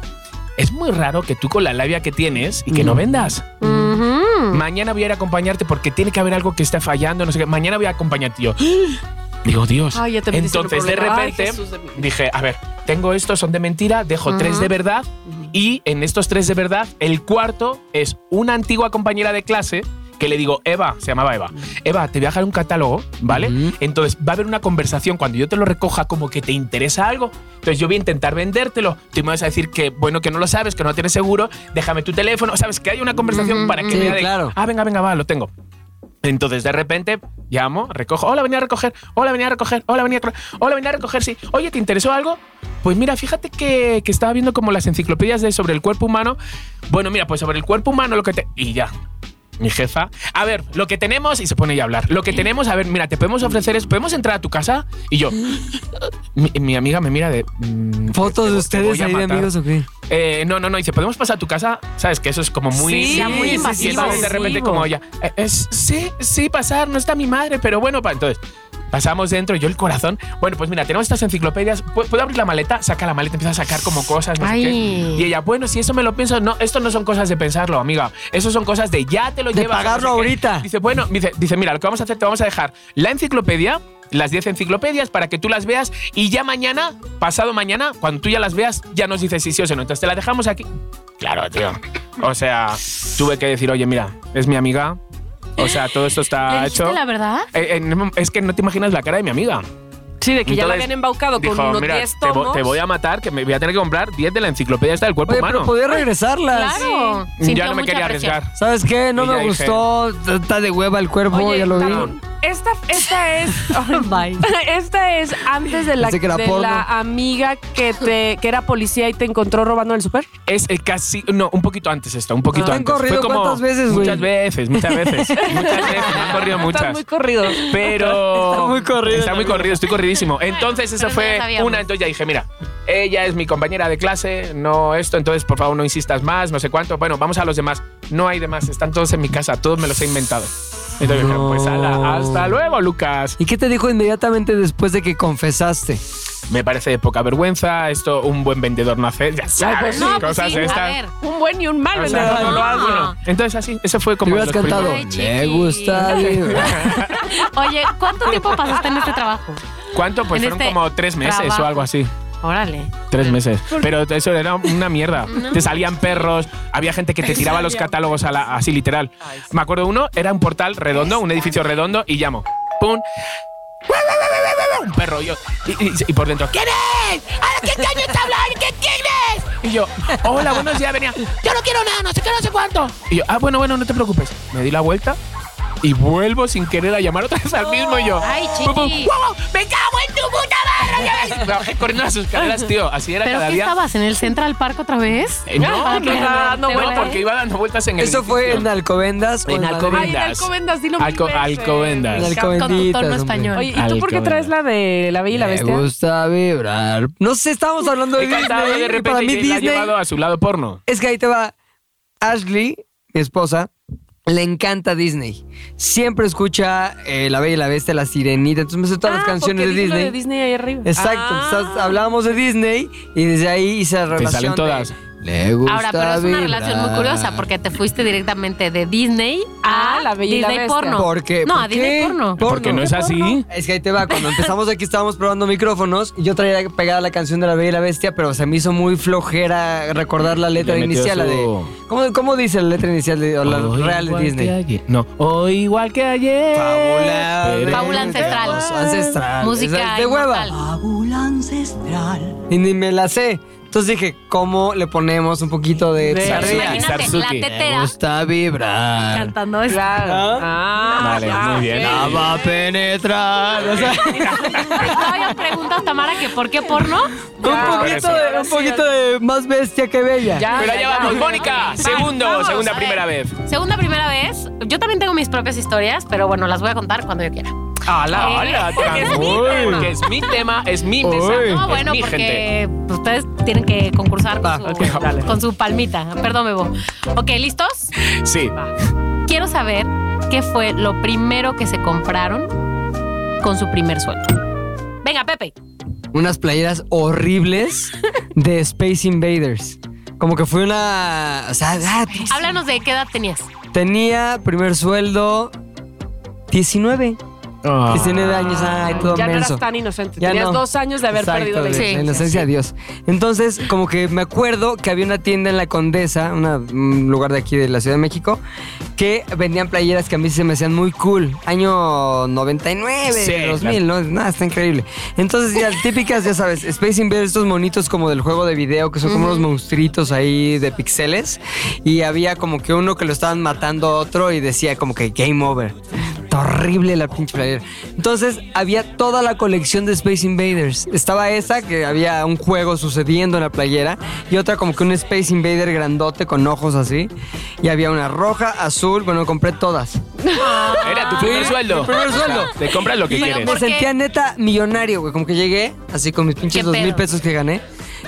S3: es muy raro que tú con la labia que tienes y que no vendas.
S2: Mm.
S5: Ujú.
S3: Mañana voy a ir a acompañarte porque tiene que haber algo que está fallando, no sé qué. Mañana voy a acompañarte Y yo. Digo, Dios.
S2: Ay, ya te metiste en un
S3: Entonces de
S2: problema. Ay,
S3: repente
S2: Jesús de mi vida.
S3: dije, a ver, tengo estos, son de mentira, dejo
S5: Ujú.
S3: tres de verdad y en estos tres de verdad, el cuarto es una antigua compañera de clase que le digo, Eva, se llamaba Eva, Eva, te voy a dejar un catálogo, ¿vale? Entonces va a haber una conversación cuando yo te lo recoja como que te interesa algo. Entonces yo voy a intentar vendértelo. Tú me vas a decir que, bueno, que no lo sabes, que no tienes seguro, déjame tu teléfono, ¿sabes? Que hay una conversación
S5: Ujú,
S3: para que
S4: sí,
S3: vea de,
S4: claro.
S3: ah, venga, venga, va, lo tengo. Entonces de repente llamo, recojo, hola, venía a recoger, hola, venía a recoger, hola, venía a recoger, hola, venía a recoger, sí. Oye, ¿te interesó algo? Pues mira, fíjate que, que estaba viendo como las enciclopedias de sobre el cuerpo humano. Bueno, mira, pues sobre el cuerpo humano lo que te... Y ya. Mi jefa, a ver, lo que tenemos, y se pone ya a hablar, lo que tenemos, a ver, mira, te podemos ofrecer es, ¿podemos entrar a tu casa? Y yo, mi, mi amiga me mira de... mm,
S4: ¿Fotos
S3: te-
S4: de
S3: te voy
S4: ustedes
S3: a
S4: ahí de
S3: matar.
S4: amigos o qué?
S3: Eh, no, no, no, dice, ¿podemos pasar a tu casa? ¿Sabes? Que eso es como muy...
S2: Sí,
S5: ya muy
S3: y
S5: invasivo.
S3: entonces de repente
S2: Invasivo.
S3: como ella, eh, es, sí, sí, pasar, no está mi madre, pero bueno, pa- entonces... Pasamos dentro, yo el corazón. Bueno, pues mira, tenemos estas enciclopedias. ¿Pu- ¿Puedo abrir la maleta? Saca la maleta, empieza a sacar como cosas. no sé
S5: Ay.
S3: qué. Y ella, bueno, si eso me lo pienso, no, esto no son cosas de pensarlo, amiga. Eso son cosas de ya te lo
S4: De
S3: llevas.
S4: pagarlo
S3: no sé qué.
S4: ahorita.
S3: Dice, bueno, dice, dice, mira, lo que vamos a hacer, te vamos a dejar la enciclopedia, las 10 enciclopedias, para que tú las veas y ya mañana, pasado mañana, cuando tú ya las veas, ya nos dices si sí o si no. Entonces te la dejamos aquí. Claro, tío. O sea, tuve que decir, oye, mira, es mi amiga. O sea, todo esto
S5: ¿Le
S3: está
S5: dijiste
S3: hecho.
S5: la verdad?
S3: Eh, eh, no, es que no te imaginas la cara de mi amiga.
S2: Sí, de que ya la
S3: Entonces,
S2: habían embaucado
S3: Dijo,
S2: con unos
S3: mira,
S2: 10
S3: te, vo-
S2: tomos.
S3: te voy a matar, que me voy a tener que comprar 10 de la enciclopedia esta del cuerpo
S4: Oye,
S3: humano.
S4: pero podía regresarlas.
S3: Mm,
S5: Claro.
S3: ya
S5: Sintió
S3: no me
S5: mucha
S3: quería
S5: presión.
S3: arriesgar.
S4: ¿Sabes qué? No
S3: Y ya
S4: me
S3: dije-
S4: gustó. Está de hueva el cuerpo,
S2: Oye,
S4: ya lo vi.
S2: tapun. Esta, esta es.
S5: Bye.
S2: Esta es antes de la,
S4: Pensé que era
S2: de
S4: porno.
S2: la amiga que, te, que era policía y te encontró robando en el súper.
S3: Es eh, casi, no, un poquito antes esto, un poquito
S4: ¿Te han
S3: antes.
S4: corrido cuántas veces, güey?
S3: Muchas veces, muchas veces. muchas veces, me han corrido
S2: Están
S3: muchas.
S2: muy corridos.
S3: Pero.
S4: Está muy corrido
S3: Está muy
S4: también.
S3: corrido, estoy corridísimo. Entonces,
S5: Bueno,
S3: esa
S5: pero no
S3: fue
S5: lo sabíamos.
S3: una. Entonces ya dije, mira, ella es mi compañera de clase, no esto, entonces por favor no insistas más, no sé cuánto. Bueno, vamos a los demás. No hay demás, están todos en mi casa, todos me los he inventado. Entonces me dijeron, pues ala, hasta luego, Lucas.
S4: ¿Y qué te dijo inmediatamente después de que confesaste?
S3: Me parece de poca vergüenza, esto un buen vendedor no hace, ya sabes,
S5: No, pues
S3: cosas
S5: sí,
S3: estas.
S5: a ver.
S2: Un buen y un mal
S3: O sea,
S2: vendedor.
S3: no lo hago,
S5: No.
S3: no. Entonces así, eso fue
S4: Te
S3: como...
S4: hubieras
S3: los primeros-
S4: cantado.
S5: Ay,
S4: Me
S5: chiqui.
S4: gusta. bien".
S5: Oye, ¿cuánto tiempo pasaste en este trabajo?
S3: ¿Cuánto? Pues
S5: En
S3: fueron
S5: este
S3: como tres meses
S5: trabajo.
S3: o algo así.
S5: Órale.
S3: Tres meses. Pero eso era una mierda. Te salían perros, había gente que te tiraba los catálogos a la- así literal. Me acuerdo uno, era un portal redondo, un edificio redondo, y llamo. ¡Pum! Un perro, y yo. Y, y- y por dentro, ¿quién es? ¿Ahora qué coño está hablando? ¿Qué tienes? Y yo, hola, buenos días, venía. Yo no quiero nada, no sé qué, no sé cuánto. Y yo, ah, bueno, bueno, no te preocupes. Me di la vuelta y vuelvo sin querer a llamar otra vez al mismo y yo.
S5: Ay, chiqui.
S3: pum, pum, guau, guau, ¡Me cago en tu puta madre! otra vez! Me bajé corriendo a sus carreras, tío. Así era
S5: ¿Pero
S3: cada
S5: qué
S3: día.
S5: estabas? ¿En el Central Park otra vez?
S3: Eh, no,
S5: Para
S3: no,
S5: que
S3: no,
S2: dando
S5: te
S3: no,
S5: vuelva.
S3: porque iba dando vueltas en el.
S4: ¿Eso fue en
S3: edificio.
S4: Alcobendas? o
S3: En
S4: Madrid?
S3: Alcobendas.
S2: Ay, en Alcobendas, dilo mil
S3: Alco-
S2: veces.
S3: Alcobendas.
S4: En
S5: Con tu
S4: Alcobenditas,
S5: tono
S4: hombre.
S5: español.
S2: Oye, ¿y tú por qué
S3: Alcobendas.
S2: traes la de La Bella y la
S4: Me
S2: Bestia?
S4: gusta vibrar. No sé, estábamos hablando de
S3: He cantado
S4: Disney.
S3: de
S4: y para
S3: repente
S4: mí
S3: y la ha
S4: Disney
S3: llevado a su lado porno.
S4: Es que ahí te va. Ashley, mi esposa, le encanta Disney. Siempre escucha eh, La Bella y la Bestia, La Sirenita. Entonces me sé todas
S2: Ah,
S4: las canciones
S2: porque
S4: de
S2: dice lo
S4: Disney.
S2: de Disney ahí arriba.
S4: Exacto.
S2: Ah.
S4: Entonces, hablábamos de Disney y desde ahí hice la relación.
S3: salen
S4: de,
S3: todas.
S4: le gusta
S5: Ahora, pero es una relación muy
S4: vibrar".
S5: curiosa porque te fuiste directamente de Disney
S2: Ah,
S5: a
S2: la Bella y la
S5: Disney
S2: Bestia.
S5: porno.
S4: ¿Por qué?
S5: No,
S4: ¿Por
S5: a Disney
S4: qué?
S5: porno.
S4: Porno.
S3: Porque no es así.
S4: Es que ahí te va, cuando empezamos aquí estábamos probando micrófonos y yo traía pegada la canción de La Bella y la Bestia, pero se me hizo muy flojera recordar la letra
S3: Le metió
S4: inicial, la de...
S3: su-
S4: ¿cómo, cómo dice la letra inicial de, o la
S3: O
S4: real de
S3: igual que
S4: Disney?
S3: ayer. No, o igual que ayer.
S4: Fábula.
S3: Pero-
S5: Fábula ancestral.
S4: Ancestral.
S5: Música
S4: Esa es de
S5: inmortal.
S4: hueva.
S6: fábula ancestral.
S4: Y ni me la sé. Entonces dije, ¿cómo le ponemos un poquito de
S2: De-
S4: tardía?
S5: Imagínate, la
S3: Satsuki.
S4: Me
S5: tetera
S4: gusta vibrar.
S5: cantando esto.
S2: Claro. Ah,
S3: Vale,
S2: ya,
S3: muy bien.
S2: ok.
S4: La Ah, va a penetrar. O sea,
S5: Todavía preguntas, Tamara, que por qué porno.
S4: un poquito, de, un poquito de más bestia que bella.
S2: Ya,
S3: Pero
S2: ya,
S3: allá
S2: ya.
S3: vamos, Mónica. Segundo,
S2: vamos,
S3: segunda,
S5: a ver.
S3: primera vez.
S5: Segunda, primera vez. Yo también tengo mis propias historias, pero bueno, las voy a contar cuando yo quiera.
S3: ¡Hala,
S5: Eh.
S3: hala!
S2: Porque es mi
S3: Uy,
S2: tema.
S3: Porque es mi tema, es mi mesa.
S4: Uy. pues,
S5: No,
S3: es
S5: bueno,
S3: mi gente.
S5: porque ustedes tienen que concursar con,
S4: Ah,
S5: su,
S2: ok, dale.
S5: con su palmita. Perdón, Bebo. Ok, ¿listos?
S3: Sí.
S5: Quiero saber qué fue lo primero que se compraron con su primer sueldo. Venga, Pepe.
S4: Unas playeras horribles de Space Invaders. Como que fue una. O sea, ah,
S5: Háblanos de qué edad tenías.
S4: tenía primer sueldo 19. 19
S2: Ah.
S4: años, ay, todo
S2: Ya no
S4: menso.
S2: eras tan inocente.
S4: Ya
S2: Tenías
S4: no.
S2: dos años de haber
S4: Exacto,
S2: perdido la
S4: de-
S2: inocencia.
S4: inocencia, Dios. Entonces, como que me acuerdo que había una tienda en la Condesa, una- un lugar de aquí de la Ciudad de México, que vendían playeras que a mí se me hacían muy cool. Año 99,
S3: Sí,
S4: 2000, ¿no? Nada, está increíble. Entonces, ya, típicas, ya sabes, Space Invaders, estos monitos como del juego de video, que son como unos monstruitos ahí de pixeles. Y había como que uno que lo estaban matando a otro y decía como que game over. Está Horrible la pinche playera. Entonces había toda la colección de Space Invaders. Estaba esa que había un juego sucediendo en la playera y otra como que un Space Invader grandote con ojos así. Y había una roja, azul. Bueno, compré todas.
S3: Era tu primer
S4: Ah. Sí,
S3: sueldo.
S4: mi primer sueldo.
S3: O sea, Te compras lo que
S4: Y
S3: quieres.
S4: me
S5: ¿por qué?
S4: sentía neta millonario, güey. Como que llegué así con mis pinches
S5: ¿Qué
S4: dos mil
S5: pedo?
S4: pesos que gané.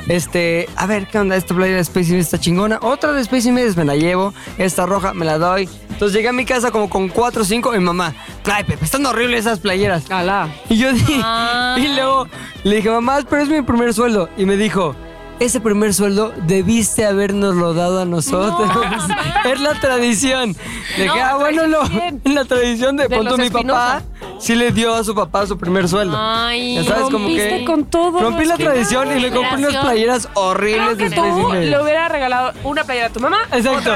S4: Este, a ver, ¿qué onda? Esta playera de Space Invaders está chingona. Otra de Space Invaders me la llevo. Esta roja me la doy. Entonces llegué a mi casa como con cuatro o cinco. Y mi mamá, ay, Pepe, están horribles esas playeras.
S2: Alá.
S4: Y yo dije,
S5: Ay.
S2: Ah.
S4: y luego le dije, mamá, pero es mi primer sueldo. Y me dijo, ese primer sueldo debiste habernoslo dado a nosotros. es la tradición. Le dije,
S5: No,
S4: ah, bueno, lo- la tradición de,
S2: De
S4: punto
S2: los
S4: mi papá sí le dio a su papá su primer sueldo.
S5: Ay.
S4: ya sabes, como
S2: Rompiste
S4: que...
S2: con todo.
S4: rompí la tradición y le compré unas
S5: Generación.
S4: playeras horribles
S2: Creo que
S4: de Space
S2: tú
S4: Invaders.
S2: le hubieras regalado una playera a tu mamá.
S4: Exacto.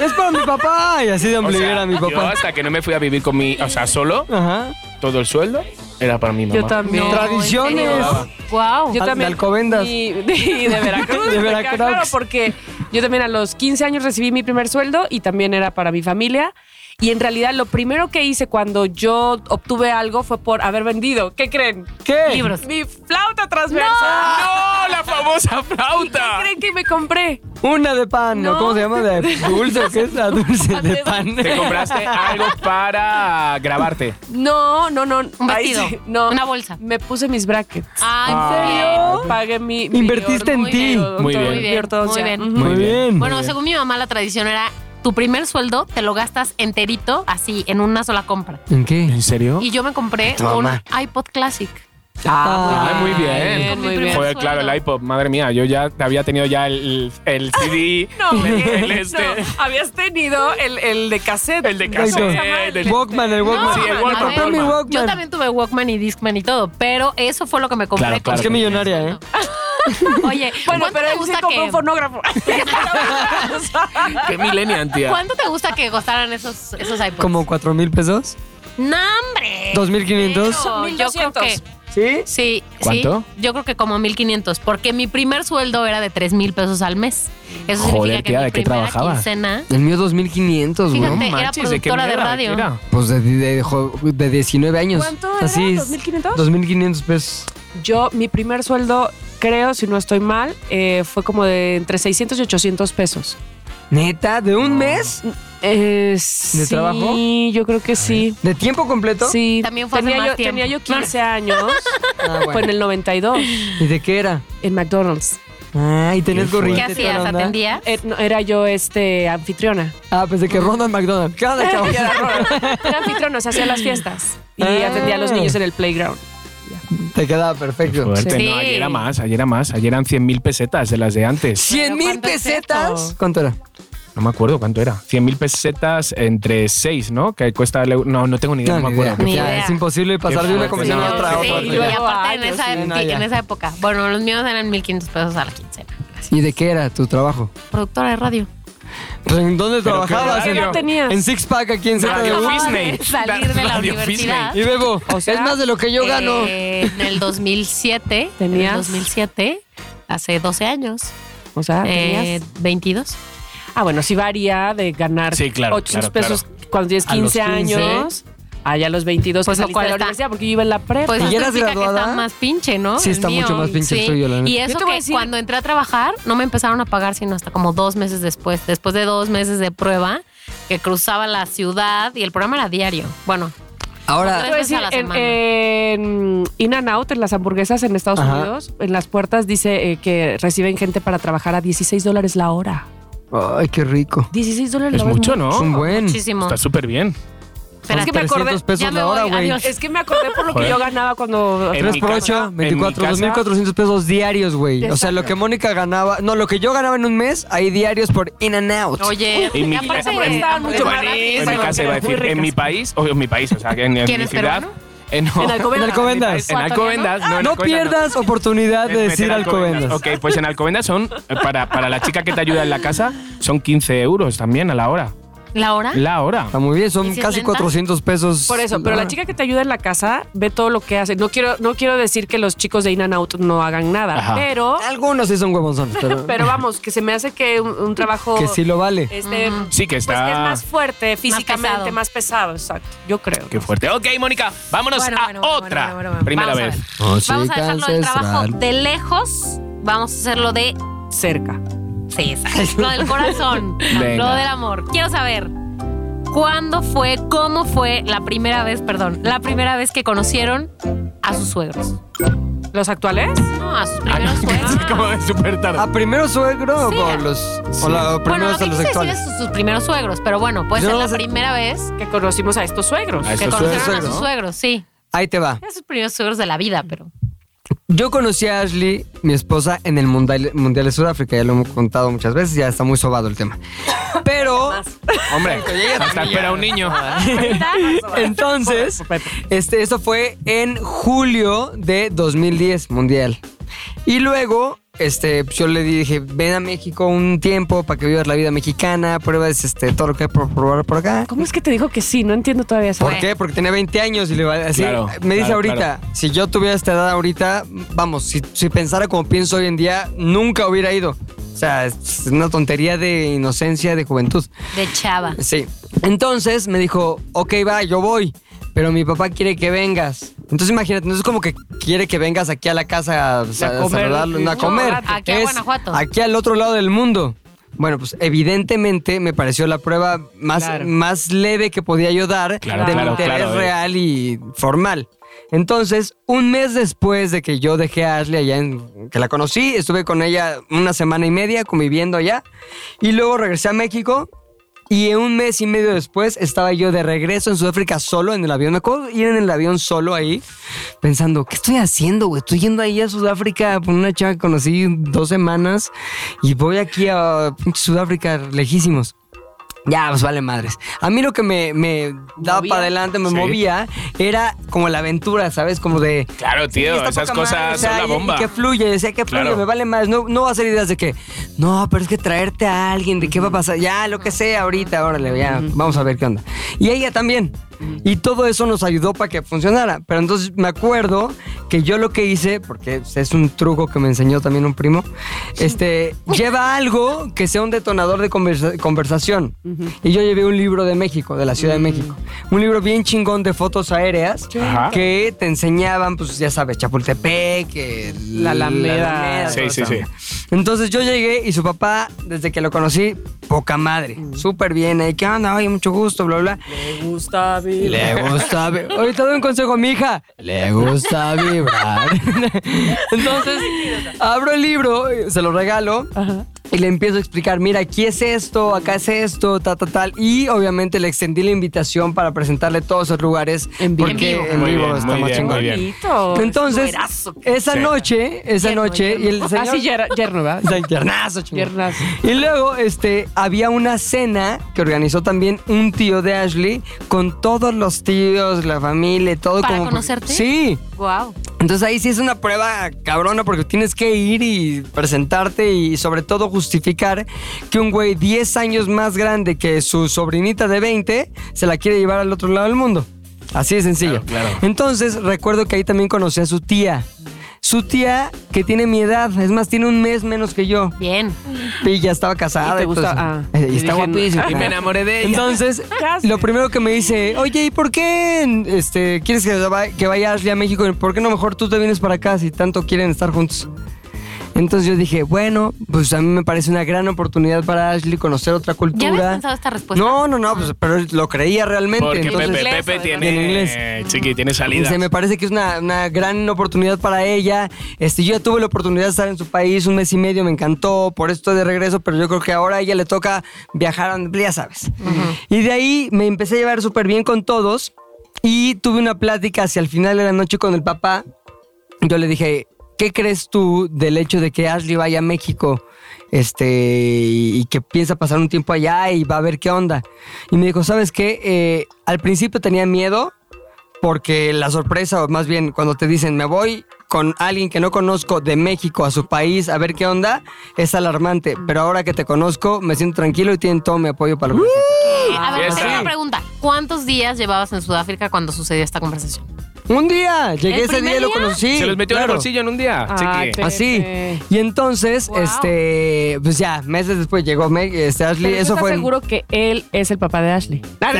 S4: Es para mi papá. Y así de
S3: O sea,
S4: ombliguera a mi
S3: yo
S4: papá.
S3: hasta que no me fui a vivir con mi, o sea, solo,
S4: Ajá.
S3: todo el sueldo era para mi mamá.
S2: Yo también.
S4: Tradiciones.
S5: Wow.
S2: Yo
S4: Al- de
S2: también.
S4: Alcobendas.
S2: Y de, y de Veracruz.
S4: De
S2: me queda
S4: Veracruz.
S2: Claro, porque yo también a los 15 años recibí mi primer sueldo y también era para mi familia. Y en realidad lo primero que hice cuando yo obtuve algo fue por haber vendido. ¿Qué creen?
S4: ¿Qué?
S5: Libros.
S2: Mi flauta transversal.
S3: ¡No! ¡La famosa flauta!
S2: ¿Qué creen que me compré?
S4: Una de pan, ¿no?
S2: No.
S4: ¿Cómo se llama? De dulce, ¿qué es la dulce de pan?
S3: Te compraste algo para grabarte.
S2: No, no, no.
S5: Un
S2: Ahí
S5: vestido.
S2: sí, no.
S5: Una bolsa. Ah,
S2: Me puse mis brackets.
S5: Ay,
S2: Pagué mi. mi
S4: Invertiste en
S5: muy
S4: ti.
S5: bien.
S3: Muy
S2: odonto- mi
S3: bien.
S5: Muy bien. Muy
S2: ortodoncia.
S5: bien.
S2: Ujú.
S4: Muy
S3: Muy bien.
S4: bien.
S5: Bueno, según mi mamá, la tradición era tu primer sueldo te lo gastas enterito, así, en una sola compra.
S4: ¿En qué?
S3: ¿En serio?
S5: Y yo me compré
S4: Tu
S5: un
S4: mamá.
S5: iPod Classic.
S3: Ay, Ah, muy
S2: bien,
S3: bien.
S2: muy bien.
S3: Joder, claro, el iPod, madre mía, yo ya había tenido ya el, el CD,
S2: No, hombre,
S3: el este,
S2: no. habías tenido el, el de cassette.
S3: el de
S4: Exacto.
S3: cassette, el-
S4: Walkman, el Walkman.
S3: Sí, el
S5: a
S3: Walkman,
S5: ver,
S4: Compré mi
S3: Walkman.
S4: Walkman. Pues
S5: Yo también tuve Walkman y Discman y todo, pero eso fue lo que me compré.
S3: Claro,
S5: con-
S4: Es que millonaria, ¿eh?
S5: Oye,
S2: Bueno,
S5: ¿cuánto
S2: pero él
S5: te
S2: sí
S5: gusta
S2: compró un
S5: que,
S2: fonógrafo.
S3: Qué millennial, tía.
S5: ¿Cuánto te gusta que costaran esos, esos iPods?
S4: ¿Como 4 mil pesos?
S5: ¡No, hombre!
S4: ¿Dos mil quinientos?
S5: Pero Yo creo que...
S2: 1200.
S4: ¿Sí?
S5: Sí,
S3: ¿Cuánto?
S5: sí. Yo creo que como 1500, porque mi primer sueldo era de 3000 pesos al mes. Eso
S3: Joder,
S5: significa que
S3: tía,
S5: mi
S3: ¿de qué
S5: primera
S3: trabajaba?
S5: quincena
S4: El mío 2500,
S5: Fíjate.
S4: güey.
S5: era productora de radio.
S3: era?
S4: Pues de, de, de- de 19 años.
S2: ¿Cuánto era?
S4: Así es.
S2: ¿2500?
S4: 2500 pesos.
S2: Yo, mi primer sueldo, creo, si no estoy mal, eh, fue como de entre 600 y 800 pesos.
S4: ¿Neta? ¿De un mes?
S2: Eh, sí,
S4: trabajo?
S2: yo creo que sí.
S4: ¿De tiempo completo?
S2: Sí.
S5: También fue hace
S2: tenía
S5: más
S2: yo,
S5: tiempo.
S2: Tenía yo 15 años,
S4: Ah, bueno.
S2: fue en el 92,
S4: ¿Y de qué era?
S2: en McDonald's.
S4: Ah, y tenés
S3: Qué fuerte.
S5: ¿Qué
S4: gorrita y toda
S5: hacías?
S4: la onda.
S5: ¿Atendías?
S2: Eh, no, Era yo este anfitriona.
S4: Ah, pensé que Ronald McDonald. ¿Qué onda, chavos?
S2: Era anfitriona, se hacía las fiestas y
S4: Ah.
S2: atendía a los niños en el playground.
S4: Te quedaba
S3: Qué
S4: perfecto.
S3: fuerte.
S5: Sí.
S3: No, ayer era más, ayer era más. Ayer eran 100 mil pesetas de las de antes.
S4: ¿Cien mil
S5: ¿cuánto es
S4: pesetas?
S5: esto?
S4: ¿Cuánto era?
S3: No me acuerdo cuánto era. 100 mil pesetas entre 6, ¿no? Que cuesta... el eu- No, no tengo ni idea, no,
S4: ni
S3: me
S4: idea.
S3: acuerdo.
S5: Ni
S4: Ya,
S5: idea.
S4: Es imposible pasar de una
S3: fuerte.
S4: comisión a otra. a
S5: Sí,
S4: otra.
S5: y
S2: Y luego
S5: aparte en
S2: años,
S5: esa,
S4: sí, no,
S5: en
S4: ya.
S5: esa época. Bueno, los míos eran 1500 pesos a la quincena. Gracias.
S4: ¿Y de qué era tu trabajo?
S5: Productora de radio.
S4: Pues, ¿En dónde
S3: Pero qué
S4: trabajabas?
S3: horario.
S4: En-
S2: ¿Qué tenías?
S4: En Six Pack aquí en
S3: Radio
S4: ZDU.
S5: Acababa de
S3: Disney.
S5: Salir de la
S3: Radio
S5: universidad.
S4: Y bebo,
S2: sea,
S4: es más de lo que yo gano.
S5: Eh, en el 2007.
S2: Tenías-
S5: En el 2007, hace 12 años.
S2: O
S4: Ah,
S2: sea, tenías-
S5: eh, 22.
S2: Ah, bueno, sí varía de ganar
S3: Sí, claro,
S2: 800
S3: claro,
S2: pesos cuando tienes
S4: A los
S2: 15,
S4: 15.
S2: años. Allá a los 22
S5: Pues
S2: pues
S5: lo
S2: saliste
S5: cual
S2: de la
S5: está-
S2: universidad porque yo iba en la prepa.
S5: Pues
S4: ¿Y
S5: eso
S4: ya eras
S5: explica que
S4: graduada?
S5: está más pinche, ¿no?
S4: Sí, está mucho más pinche el tuyo, la neta.
S5: Y
S2: Yo
S5: eso
S2: te
S5: que
S2: voy a decir-
S5: cuando entré a trabajar, no me empezaron a pagar sino hasta como dos meses después. Después de dos meses de prueba, que cruzaba la ciudad y el programa era diario. Bueno,
S2: Te
S4: Ahora,
S2: voy a
S5: veces
S2: decir,
S5: a la
S2: en,
S5: semana.
S2: en In and Out, en las hamburguesas en Estados
S4: Ajá.
S2: Unidos, en las puertas dice eh, que reciben gente para trabajar a 16 dólares la hora.
S4: ay, qué rico.
S2: 16 dólares
S3: Es
S2: la hora. mu-
S3: mucho, ¿no?
S4: Es un buen.
S5: muchísimo.
S3: Está súper bien.
S5: Espera,
S2: Es que me acordé-
S4: 300 pesos
S5: ya me
S4: la hora,
S5: voy,
S4: güey.
S5: adiós.
S2: Es que me acordé por lo que
S3: Joder.
S2: yo ganaba cuando.
S3: En
S4: 3
S3: mi
S4: por
S3: casa,
S4: 8,
S3: en mi
S4: 24,
S3: casa.
S4: 2.400 pesos diarios, güey. O sea,
S2: Exacto.
S4: lo que Mónica ganaba, no, lo que yo ganaba en un mes, ahí diarios por In and Out.
S5: Oye,
S3: En mi,
S5: y aparte,
S2: en- estaban mucho más
S3: en mi
S2: baratísimas,
S3: casa iba a
S2: eran muy
S3: decir, en
S2: ricas.
S3: mi país, o en mi país, o sea, que en, en
S5: ¿Quién
S3: mi
S5: es
S3: ciudad.
S5: peruano?
S3: eh, no.
S2: En
S4: En
S2: Alcobendas.
S4: Alcobendas.
S3: En Alcobendas. No, en
S4: No
S3: Alcobendas,
S4: pierdas oportunidad de
S3: Es
S4: decir
S3: meter
S4: Alcobendas.
S3: Ok, pues en Alcobendas son, eh, para, para la chica que te ayuda en la casa, son 15 euros también a la hora.
S5: ¿la hora?
S3: La hora.
S4: Está muy bien, son
S5: ¿Y si es
S4: casi
S5: lenta?
S4: 400 pesos. Ah,
S2: Por eso, pero la chica que te ayuda en la casa ve todo lo que hace. No quiero, no quiero decir que los chicos de In and Out no hagan nada,
S3: Ajá.
S2: pero,
S4: Algunos sí son huevonzones, pero,
S2: pero vamos, que se me hace que un, un trabajo.
S4: que sí lo vale.
S5: eh,
S2: este,
S3: Sí que está.
S2: Pues que es más fuerte físicamente,
S5: pesado.
S2: más pesado, exacto. Yo creo.
S3: Qué fuerte. Ok, Mónica, vámonos
S5: Bueno,
S3: a
S5: bueno, bueno,
S3: otra.
S5: bueno, bueno, bueno.
S3: Primera
S5: Vamos a
S3: vez.
S5: ver.
S4: Música
S5: Vamos a dejarlo del trabajo
S4: ancestral.
S5: de lejos. Vamos a hacerlo de.
S2: Cerca.
S5: Sí, exacto. Lo del corazón.
S3: Venga.
S5: Lo del amor. Quiero saber. ¿Cuándo fue, cómo fue la primera vez, perdón, la primera vez que conocieron a sus suegros?
S2: ¿Los actuales?
S5: No, a sus
S3: Ah,
S5: primeros
S3: no,
S5: suegros.
S3: es como de súper tarde.
S4: ¿A primero suegro
S5: Sí.
S4: o con los, o la- o
S5: bueno,
S4: primero
S5: no
S4: hasta
S5: sé
S4: los
S5: si decir
S4: actuales?
S5: es sus, sus primeros suegros, pero bueno, puede
S4: Yo
S5: ser
S4: no
S5: la
S4: sé-
S5: primera vez
S2: Que conocimos a estos suegros.
S3: A
S5: que
S3: estos
S5: conocieron
S4: suegros,
S5: a
S4: ¿no?
S5: sus suegros, sí.
S4: Ahí te va.
S5: Eran sus primeros suegros de la vida, pero.
S4: Yo conocí a Ashley, mi esposa, en el Mundial, mundial de Sudáfrica. Ya lo hemos contado muchas veces, ya está muy sobado el tema. Pero,
S3: Hombre, hasta espera un niño.
S4: entonces,
S2: Perfecto.
S4: este, esto fue en julio de 2010, Mundial. Y luego, este, yo le dije, ven a México un tiempo para que vivas la vida mexicana, pruebas este, todo lo que hay por probar por acá.
S2: ¿Cómo es que te dijo que sí? No entiendo todavía eso.
S4: ¿Por qué? Porque tenía 20 años y le va así.
S3: Claro,
S4: me dice
S3: claro,
S4: ahorita,
S3: claro.
S4: si yo tuviera esta edad ahorita, vamos, si, si pensara como pienso hoy en día, nunca hubiera ido. O sea, es una tontería de inocencia, de juventud.
S5: De chava.
S4: Sí. Entonces me dijo, ok, va, yo voy, pero mi papá quiere que vengas. Entonces imagínate, no es como que quiere que vengas aquí a la casa a, sa-
S2: comer,
S4: saludarlo,
S2: sí.
S4: no, a comer.
S2: No,
S5: aquí a
S4: Es
S5: Guanajuato.
S4: Aquí al otro lado del mundo. Bueno, pues evidentemente me pareció la prueba más,
S2: Claro.
S4: más leve que podía yo dar
S3: Claro,
S4: de mi
S3: claro,
S4: interés
S3: claro, eh.
S4: real y formal. Entonces, un mes después de que yo dejé a Ashley allá, en, que la conocí, estuve con ella una semana y media conviviendo allá y luego regresé a México y un mes y medio después estaba yo de regreso en Sudáfrica solo en el avión. Me acuerdo ir en el avión solo ahí pensando, ¿qué estoy haciendo, güey? Estoy yendo ahí a Sudáfrica por una chava que conocí dos semanas y voy aquí a pinche Sudáfrica lejísimos. Ya, pues vale madres. A mí lo que me, me daba
S2: Movía.
S4: para adelante, me
S3: Sí.
S4: movía, era como la aventura, ¿sabes? Como de...
S3: Claro, tío,
S4: Sí, está
S3: esas
S4: poca
S3: cosas
S4: madre, o sea,
S3: son la
S4: y- y
S3: bomba.
S4: que fluye, decía que fluye,
S3: Claro.
S4: me vale más. No, no va a ser ideas de que, no, pero es que traerte a alguien, de qué va a pasar, ya, lo que sea, ahorita, órale, ya, vamos a ver qué onda. Y ella también. Y todo eso nos ayudó para que funcionara. Pero entonces me acuerdo que yo lo que hice, porque es un truco que me enseñó también un primo, este, lleva algo que sea un detonador de conversa- conversación. Y yo llevé un libro de México, de la Ciudad de México. Un libro bien chingón de fotos aéreas
S3: Ajá.
S4: que te enseñaban, pues ya sabes, Chapultepec, el-
S2: La Alameda.
S3: Sí,
S4: todo
S3: sí,
S4: eso.
S3: sí.
S4: Entonces yo llegué y su papá, desde que lo conocí, poca madre, súper bien, ahí, ¿qué onda? Oye, mucho gusto, bla, bla.
S2: Me gusta
S4: Le gusta vi- Ahorita doy un consejo a mi hija. Le gusta vibrar. Entonces, abro el libro, se lo regalo. Y le empiezo a explicar, mira, aquí es esto, acá es esto, tal, tal, tal. Y obviamente le extendí la invitación para presentarle todos esos lugares.
S2: En vivo.
S4: Porque
S5: En vivo.
S4: en
S3: Muy
S4: vivo
S3: bien,
S4: está
S3: muy
S4: más
S3: bien, muy
S4: chingón.
S3: bien.
S4: Entonces, esa
S3: Sí.
S4: noche, esa
S5: Yerno,
S4: noche, y el señor...
S2: Así yerno, ¿verdad?
S4: San Piernazo, chingón.
S2: Piernazo.
S4: Y luego, este, había una cena que organizó también un tío de Ashley con todos los tíos, la familia, todo
S5: ¿Para
S4: como.
S5: conocerte?
S4: Sí.
S5: Wow.
S4: Entonces ahí sí es una prueba cabrona porque tienes que ir y presentarte y sobre todo justificar que un güey 10 años más grande que su sobrinita de 20 se la quiere llevar al otro lado del mundo. Así de sencillo.
S3: Claro, claro.
S4: Entonces recuerdo que ahí también conocí a su tía. Su tía que tiene mi edad, es más, tiene un mes menos que yo.
S5: Bien.
S4: Y ya estaba casada.
S2: Y te
S4: todo eso.
S2: gusta- ah,
S4: Eh,
S2: y
S4: y está
S2: dije, no.
S4: guapísima.
S3: Y me enamoré de ella.
S4: Entonces,
S2: Ya sé.
S4: lo primero que me dice, oye, ¿y por qué este, quieres que, va- que vaya Ashley a México? ¿Por qué no mejor tú te vienes para acá si tanto quieren estar juntos? Entonces yo dije, bueno, pues a mí me parece una gran oportunidad para Ashley conocer otra cultura.
S5: habías pensado esta respuesta?
S4: No, no, no, pues, pero lo creía realmente.
S3: Porque
S4: entonces,
S3: Pepe,
S5: inglés,
S3: Pepe
S5: además.
S3: tiene.
S4: En inglés.
S3: eh, Chiqui, tiene salida.
S4: Dice, me parece que es una, una gran oportunidad para ella. Este, yo ya tuve la oportunidad de estar en su país un mes y medio, me encantó, por esto de regreso, pero yo creo que ahora a ella le toca viajar, a- ya sabes. Y de ahí me empecé a llevar súper bien con todos y tuve una plática hacia el final de la noche con el papá. Yo le dije, ¿qué crees tú del hecho de que Ashley vaya a México? Este, y y que piensa pasar un tiempo allá y va a ver qué onda. Y me dijo, ¿sabes qué? Eh, al principio tenía miedo, porque la sorpresa, o más bien cuando te dicen me voy con alguien que no conozco de México a su país a ver qué onda, es alarmante. Pero ahora que te conozco, me siento tranquilo y tienen todo mi apoyo para lo que necesites.
S5: a ver,
S3: sí.
S5: tengo una pregunta. ¿Cuántos días llevabas en Sudáfrica cuando sucedió esta conversación?
S2: ¡Uh!
S4: Un día, llegué
S5: ¿El
S4: ese día y lo
S5: primer día?
S4: conocí.
S3: Se los metió en
S4: claro.
S3: el bolsillo en un día.
S2: Ah,
S3: Chiqui.
S2: qué-
S4: Así.
S2: Pepe.
S4: Y entonces,
S5: Wow.
S4: este, pues ya, meses después llegó Meg, este, Ashley.
S2: Pero tú
S4: eso
S2: estás
S4: fue. en-
S2: seguro que él es el papá de Ashley.
S3: Ah,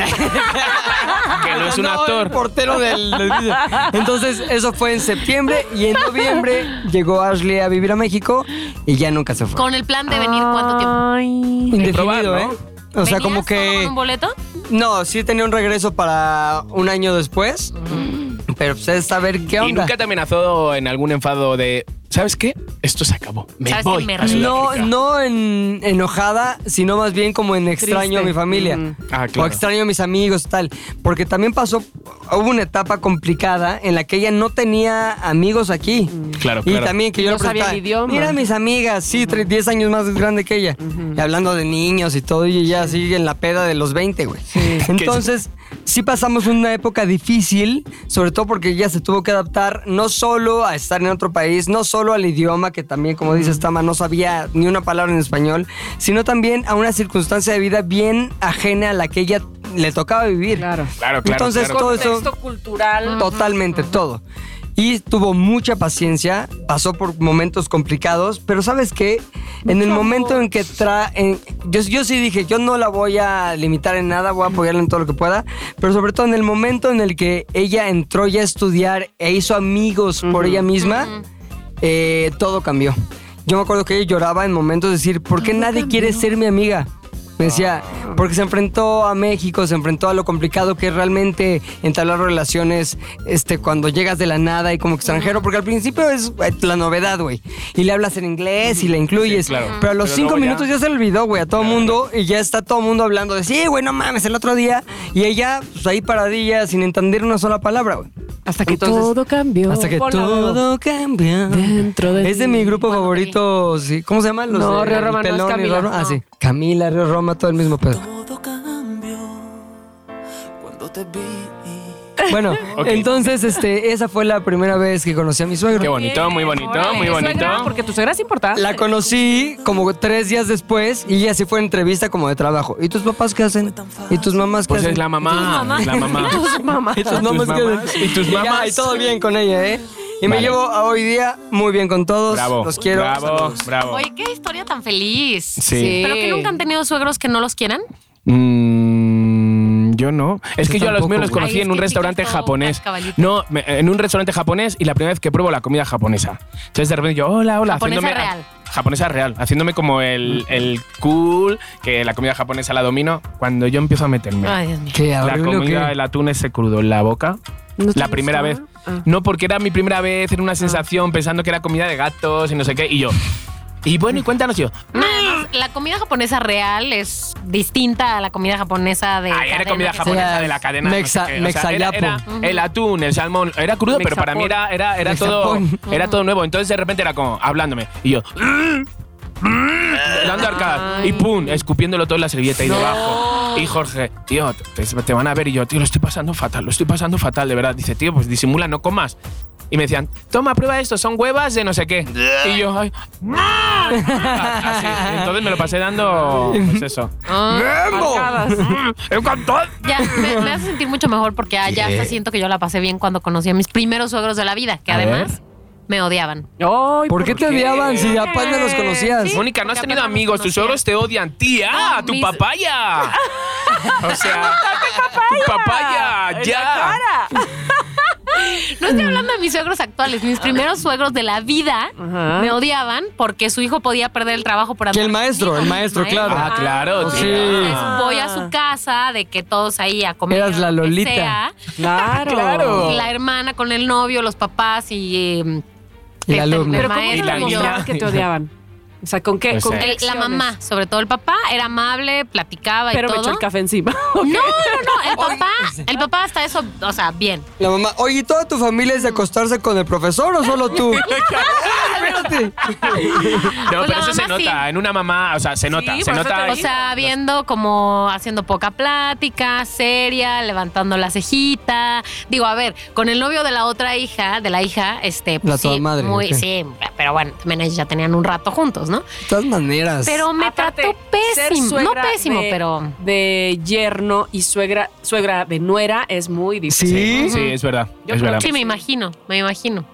S3: que no es un
S4: el
S3: actor.
S4: portero del. del- Entonces, eso fue en septiembre y en noviembre llegó Ashley a vivir a México y ya nunca se fue.
S5: Con el plan de venir cuánto tiempo.
S2: Ay.
S3: probar,
S4: Indefinido,
S3: ¿no?
S4: ¿eh? O sea,
S5: ¿Venías
S4: como
S5: solo
S4: que.
S5: con un boleto?
S4: No, sí tenía un regreso para un año después. Pero pues es saber qué
S3: Mm. Y
S4: onda.
S3: nunca te amenazó en algún enfado de. ¿Sabes qué? Esto se acabó. Me
S5: ¿Sabes
S3: voy.
S5: qué? Me
S3: a
S5: retiro.
S4: no,
S3: Sudáfrica".
S4: no en enojada, sino más bien como en extraño a mi familia.
S2: Mm.
S3: Ah,
S4: O
S3: claro.
S4: extraño a mis amigos, tal. Porque también pasó, hubo una etapa complicada en la que ella no tenía amigos aquí.
S3: Claro,
S4: Y
S3: claro.
S4: también que yo
S2: No
S4: le
S2: sabía
S4: preguntaba,
S2: el idioma.
S4: Mira mis amigas, sí, tre- 10 años más grande que ella. Y hablando de niños y todo, y ella sigue en la peda de los 20, güey. Entonces, sí pasamos una época difícil, sobre todo porque ella se tuvo que adaptar no solo a estar en otro país, no solo al idioma, que también, como dices, Tama, no sabía ni una palabra en español, sino también a una circunstancia de vida bien ajena a la que ella le tocaba vivir.
S2: Claro.
S3: Claro, claro.
S4: Entonces,
S3: claro.
S4: todo eso-
S2: cultural.
S4: Totalmente, todo. Y tuvo mucha paciencia, pasó por momentos complicados, pero ¿sabes qué? En el momento en que trae... Yo, yo sí dije, yo no la voy a limitar en nada, voy a apoyarla en todo lo que pueda, pero sobre todo en el momento en el que ella entró ya a estudiar e hizo amigos por ella misma, eh, todo cambió. Yo me acuerdo que ella lloraba en momentos de decir, ¿por qué nadie quiere ser mi amiga? Me decía,
S2: Ah.
S4: porque se enfrentó a México, se enfrentó a lo complicado que es realmente entablar relaciones este, cuando llegas de la nada y como extranjero, porque al principio es eh, la novedad, güey. Y le hablas en inglés y la incluyes.
S3: claro.
S4: Pero a los
S3: Pero
S4: cinco
S3: luego ya-
S4: minutos ya se le olvidó, güey, a todo mundo y ya está todo mundo hablando de, sí, güey, no mames, el otro día. Y ella, pues ahí paradilla, sin entender una sola palabra, güey.
S2: Hasta que
S4: Entonces,
S2: todo cambió.
S4: Hasta que
S2: Ponla, Dodo.
S4: todo cambia.
S2: Dentro de
S4: Es de
S2: mí.
S4: mi grupo favorito. sí. ¿Cómo se llama? Los
S2: No,
S4: de-
S2: Río
S4: el
S2: Roma, no es
S4: Pelón y
S2: Camila.
S4: Roma. Ah,
S2: No.
S4: sí. Camila, Río Roma, todo el mismo pedo.
S6: Todo cambió cuando te vi.
S4: Bueno,
S3: Ok.
S4: entonces este, esa fue la primera vez que conocí a mi suegro.
S3: Qué bonito, muy bonito, muy
S2: Tu suegra,
S3: bonito.
S2: Porque tu suegra es importante.
S4: La conocí como tres días después y así fue entrevista como de trabajo. ¿Y tus papás qué hacen? ¿Y tus mamás qué
S3: Pues
S4: hacen?
S3: es la mamá. Es la mamá.
S4: ¿Y tus
S3: ¿Tus
S4: mamás qué
S3: mamás?
S4: hacen?
S3: ¿Y tus
S4: ya,
S3: mamás?
S4: y todo bien con ella, ¿eh? Y me
S3: Vale.
S4: llevo a hoy día muy bien con todos.
S3: Bravo.
S4: Los quiero.
S3: Bravo,
S4: Saludos.
S3: bravo.
S5: Oye, qué historia tan feliz.
S3: Oh. Sí.
S5: ¿Pero que nunca han tenido suegros que no los quieran?
S3: Mm, yo no. Es
S4: Yo
S3: que yo a los
S4: tampoco,
S3: míos los
S4: güey.
S3: conocí
S5: Ay, es
S3: en un
S5: que
S3: restaurante
S5: chiquito,
S3: japonés.
S5: cascabalito.
S3: No, me- en un restaurante japonés y la primera vez que pruebo la comida japonesa. Entonces de repente yo, hola, hola.
S5: Japonesa
S3: haciéndome-
S5: real.
S3: Japonesa real, haciéndome como el, el cool, que la comida japonesa la domino. Cuando yo empiezo a meterme
S5: Ay, Dios mío.
S4: Qué
S3: la
S4: horrible,
S3: comida,
S4: qué-
S3: el atún ese crudo en la boca,
S2: ¿No te
S3: la primera vez.
S2: gustaba? Ah.
S3: No, porque era mi primera vez,
S5: Ah.
S3: era una sensación pensando que era comida de gatos y no sé qué. Y yo, y bueno, y cuéntanos yo.
S5: Además, la comida japonesa real es distinta a la comida japonesa de.
S3: Ay, era
S5: cadena
S3: comida
S5: que se-
S3: japonesa
S4: sea
S3: de la cadena. no sé
S4: mexa-
S3: qué. O sea, era-
S4: mexayapo.
S3: era el atún, el salmón. Era crudo, pero para mí era, era, era todo,
S4: Mexapón.
S3: era todo nuevo. Entonces de repente era como hablándome. Y yo. Dando arcada. Y pum, escupiéndolo todo en la servilleta y debajo. Y Jorge, tío, te, te van a ver. Y yo, tío, lo estoy pasando fatal, lo estoy pasando fatal, de verdad. Dice, tío, pues disimula, no comas. Y me decían, toma, prueba esto, son huevas de no sé qué. Y yo, ay, ¡no! Así. Entonces me lo pasé dando, pues eso.
S5: Ah,
S3: ¡Encantado!
S5: ya, me, me hace sentir mucho mejor porque ah, ya hasta siento que yo la pasé bien cuando conocí a mis primeros suegros de la vida, que
S3: A ver.
S5: además me odiaban.
S2: Ay,
S4: ¿Por qué te odiaban si apenas los conocías?
S5: Sí.
S3: Mónica, no has
S5: Porque
S3: tenido
S5: apenas
S3: amigos,
S5: los
S3: tus
S5: conocía.
S3: suegros te odian. ¡Tía!
S5: No,
S3: ah, ¡Tu
S5: mis-
S3: papaya! o sea, ¡tu papaya!
S2: En
S3: ¡Ya!
S2: la cara.
S5: No estoy hablando de mis suegros actuales, mis primeros suegros de la vida
S2: Ajá.
S5: me odiaban porque su hijo podía perder el trabajo por
S4: Que el
S5: andar
S4: maestro,
S5: conmigo.
S4: el maestro, claro.
S3: Ah, claro,
S4: Sí.
S3: tía.
S5: Entonces voy a su casa de que todos ahí a comer.
S4: Eras la
S5: lo que
S4: Lolita. Oh.
S5: sea.
S2: Claro.
S3: Claro.
S5: Y la hermana con el novio, los papás y eh,
S4: Y
S5: Este,
S4: la alumna.
S5: pero-
S2: Pero ¿cómo
S5: Y
S2: te
S3: la
S2: demostrabas
S3: niña.
S2: que te odiaban? O sea, ¿con qué?
S3: No
S2: ¿Con
S3: sé.
S2: qué
S5: el- la
S2: acciones?
S5: mamá, sobre todo el papá, era amable, platicaba
S2: Pero
S5: y
S2: me
S5: todo.
S2: echó el café encima.
S5: No, no, no, el papá, el papá hasta eso, o sea, bien.
S4: La mamá, oye, ¿y toda tu familia es de acostarse con el profesor o solo tú? Espérate.
S3: No,
S5: Pues
S3: pero
S5: la
S3: eso se
S5: mamá sí.
S3: nota. En una mamá, o sea, se nota.
S2: Sí,
S3: se
S2: por eso
S3: nota.
S2: te
S5: O
S3: ahí.
S5: sea, viendo como haciendo poca plática, seria, levantando la cejita. Digo, a ver, con el novio de la otra hija, de la hija, este, pues
S4: La toda
S5: sí,
S4: madre,
S5: muy,
S4: ok.
S5: sí, pero bueno, también ellos ya tenían un rato juntos, ¿no?
S4: De todas maneras.
S5: Pero me
S2: Aparte,
S5: trató
S2: ser
S5: pésimo, no
S2: suegra
S5: pésimo,
S2: de-
S5: pero
S2: De yerno y suegra, suegra de nuera es muy difícil.
S4: ¿Sí?
S3: Sí, es verdad.
S2: Yo
S3: es
S2: creo
S3: verdad.
S5: sí me imagino, me imagino.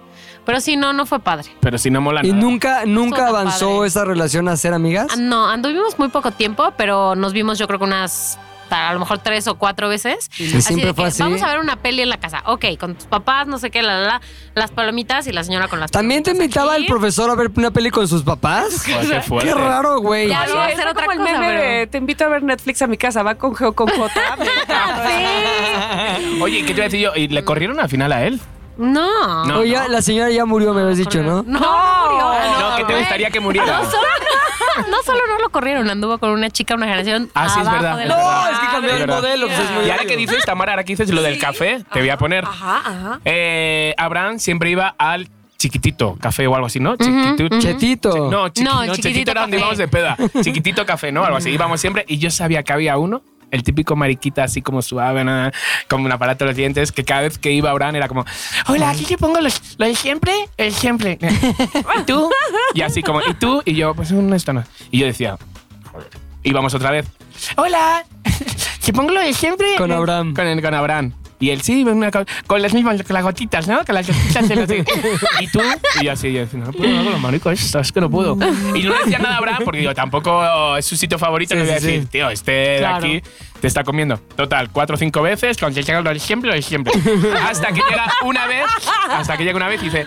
S5: Pero sí, no, no fue padre.
S3: Pero si no mola
S4: ¿Y
S3: nada.
S4: nunca, nunca
S5: Son
S4: avanzó
S5: padres.
S4: esa relación a ser amigas?
S5: Ah, No, anduvimos muy poco tiempo, pero nos vimos yo creo que unas, a lo mejor tres o cuatro veces.
S4: Sí, siempre
S5: de
S4: fue
S5: que,
S4: así.
S5: Vamos a ver una peli en la casa. Ok, con tus papás, no sé qué, la, la, la, las palomitas y la señora con las
S4: ¿También te
S5: palomitas
S4: invitaba
S5: aquí.
S4: el profesor a ver una peli con sus papás?
S3: Joder, qué fuerte.
S4: Qué raro, güey.
S5: Ya,
S2: Claro,
S5: iba a
S2: es
S5: hacer otra
S2: como el
S5: cosa,
S2: meme
S5: pero-
S2: de, te invito a ver Netflix a mi casa, va con G o con J. Me encanta.
S3: Oye, ¿qué te iba a decir yo? ¿Y le corrieron al final a él?
S5: No.
S3: No.
S4: Oye, la señora ya murió, me habías dicho, ¿no?
S5: No, no murió.
S3: No, que te gustaría que muriera.
S5: No solo, no solo no lo corrieron, anduvo con una chica, una generación
S3: Ah, sí, es
S5: abajo
S3: verdad,
S5: de
S3: es
S5: la-
S3: verdad.
S4: es que cambió
S3: Es
S4: el
S3: verdad.
S4: modelo. pues es muy
S3: Y ahora
S4: obvio.
S3: que dices, Tamara, ahora que dices lo del café, te voy a poner.
S2: Ajá, ajá.
S3: Eh, Abraham siempre iba al chiquitito café o algo así, ¿no? Chiquitito.
S4: Mm-hmm. Chetito.
S3: No, chiqui-
S5: No,
S3: no,
S5: el
S3: chiquitito,
S5: chiquitito
S3: era donde
S5: café.
S3: íbamos de peda. Chiquitito café, ¿no? Algo así. Íbamos siempre y yo sabía que había uno, el típico mariquita así como suave, nada, como un aparato de los dientes, que cada vez que iba Abraham era como, hola, aquí te pongo los, lo de siempre, el siempre. ¿Y tú? Y así como, ¿y tú? Y yo, pues un esto no. Y yo decía, joder. Íbamos otra vez. Hola, te pongo lo de siempre.
S4: Con Abraham.
S3: Con, el- con Abraham. Y él sí, una co- con las mismas, con las gotitas, ¿no? Con las gotitas de los Y tú, y yo así, yo decía, no puedo, con los maricos, esto, es que no puedo. Y no le decía nada a Abraham porque digo, tampoco es su sitio favorito,
S4: Sí,
S3: le voy a
S4: sí,
S3: decir,
S4: sí.
S3: tío, este de
S5: Claro.
S3: aquí te está comiendo. Total, cuatro o cinco veces, con que llega lo de siempre, lo de siempre. Hasta que llega una vez, hasta que llega una vez y dice,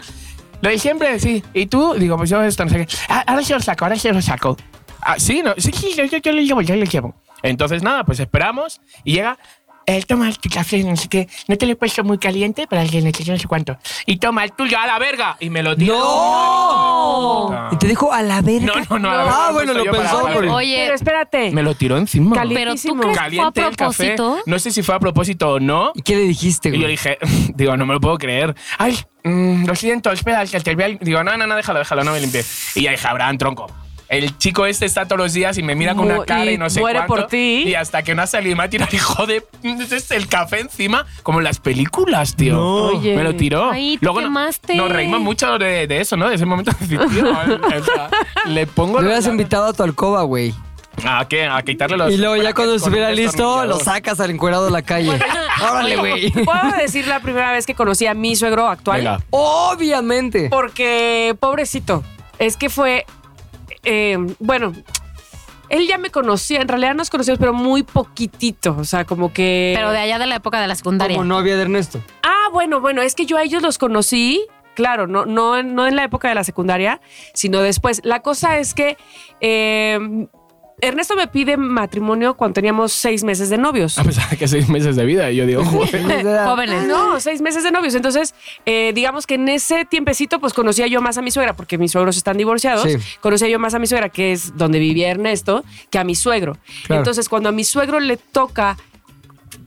S3: lo de siempre, sí. Y tú, digo, pues yo esto no sé qué. Ah, Ahora sí lo saco, ahora sí lo saco. Ah, sí, no, sí, sí, yo, yo, yo lo llevo, yo lo llevo. Entonces, nada, pues esperamos y llega. Él toma tu café, no sé qué. No te lo he puesto muy caliente para que no sé qué, no sé cuánto. Y toma el tuyo a la verga. Y me lo tira.
S4: ¡No! Y te dijo a la verga.
S3: No, no, no, a la verga
S4: Ah,
S3: lo
S4: bueno,
S3: he puesto
S4: lo
S3: yo para
S4: pensó.
S3: la
S4: por-
S3: verga.
S5: Oye,
S2: Pero espérate.
S3: Me lo tiró encima.
S2: Cali-
S5: pero tú
S2: Calientísimo.
S5: crees que fue a
S3: Caliente el café.
S5: propósito.
S3: No sé si fue a propósito o no.
S4: ¿Y qué le dijiste,
S3: Y yo
S4: güey?
S3: dije, digo, no me lo puedo creer. Ay, mm, lo siento, espera, que te voy a lim-". Digo, no, no, no, déjalo, déjalo, no me limpié. Y ya dije, Abraham, tronco. El chico este está todos los días y me mira con
S2: Mu-
S3: una cara y,
S2: y
S3: no sé
S2: muere
S3: cuánto.
S2: por ti.
S3: Y hasta que no ha salido, me ha tirado, hijo de... El café encima, como en las películas, tío.
S2: Oye.
S3: Me lo tiró.
S5: Ay, te
S3: Luego no-
S5: quemaste.
S3: nos reímos mucho de, de eso, ¿no? De ese momento. de decir, tío, o sea, le pongo...
S4: Le hubieras
S3: la-
S4: invitado a tu alcoba, güey.
S3: ¿A qué? A quitarle los...
S4: Y luego ya cuando
S3: con un
S4: estuviera listo, lo
S3: destornillador.
S4: sacas al encuerado de la calle. Órale, güey.
S2: Puedo decir la primera vez que conocí a mi suegro actual.
S3: Venga.
S4: Obviamente.
S2: Porque, pobrecito, es que fue. eh, bueno, él ya me conocía, en realidad nos conocíamos, pero muy poquitito. O sea, como que.
S5: Pero de allá de la época de la secundaria.
S4: Como novia de Ernesto.
S2: Ah, bueno, bueno, es que yo a ellos los conocí, claro, no, no, en- no en la época de la secundaria, sino después. La cosa es que eh, Ernesto me pide matrimonio cuando teníamos seis meses de novios.
S3: A pesar de que seis meses de vida. Y yo digo, joder.
S5: Jóvenes.
S2: No, seis meses de novios. Entonces, eh, digamos que en ese tiempecito, pues conocía yo más a mi suegra, porque mis suegros están divorciados.
S4: Sí.
S2: Conocía yo más a mi suegra, que es donde vivía Ernesto, que a mi suegro.
S4: Claro.
S2: Entonces, cuando a mi suegro le toca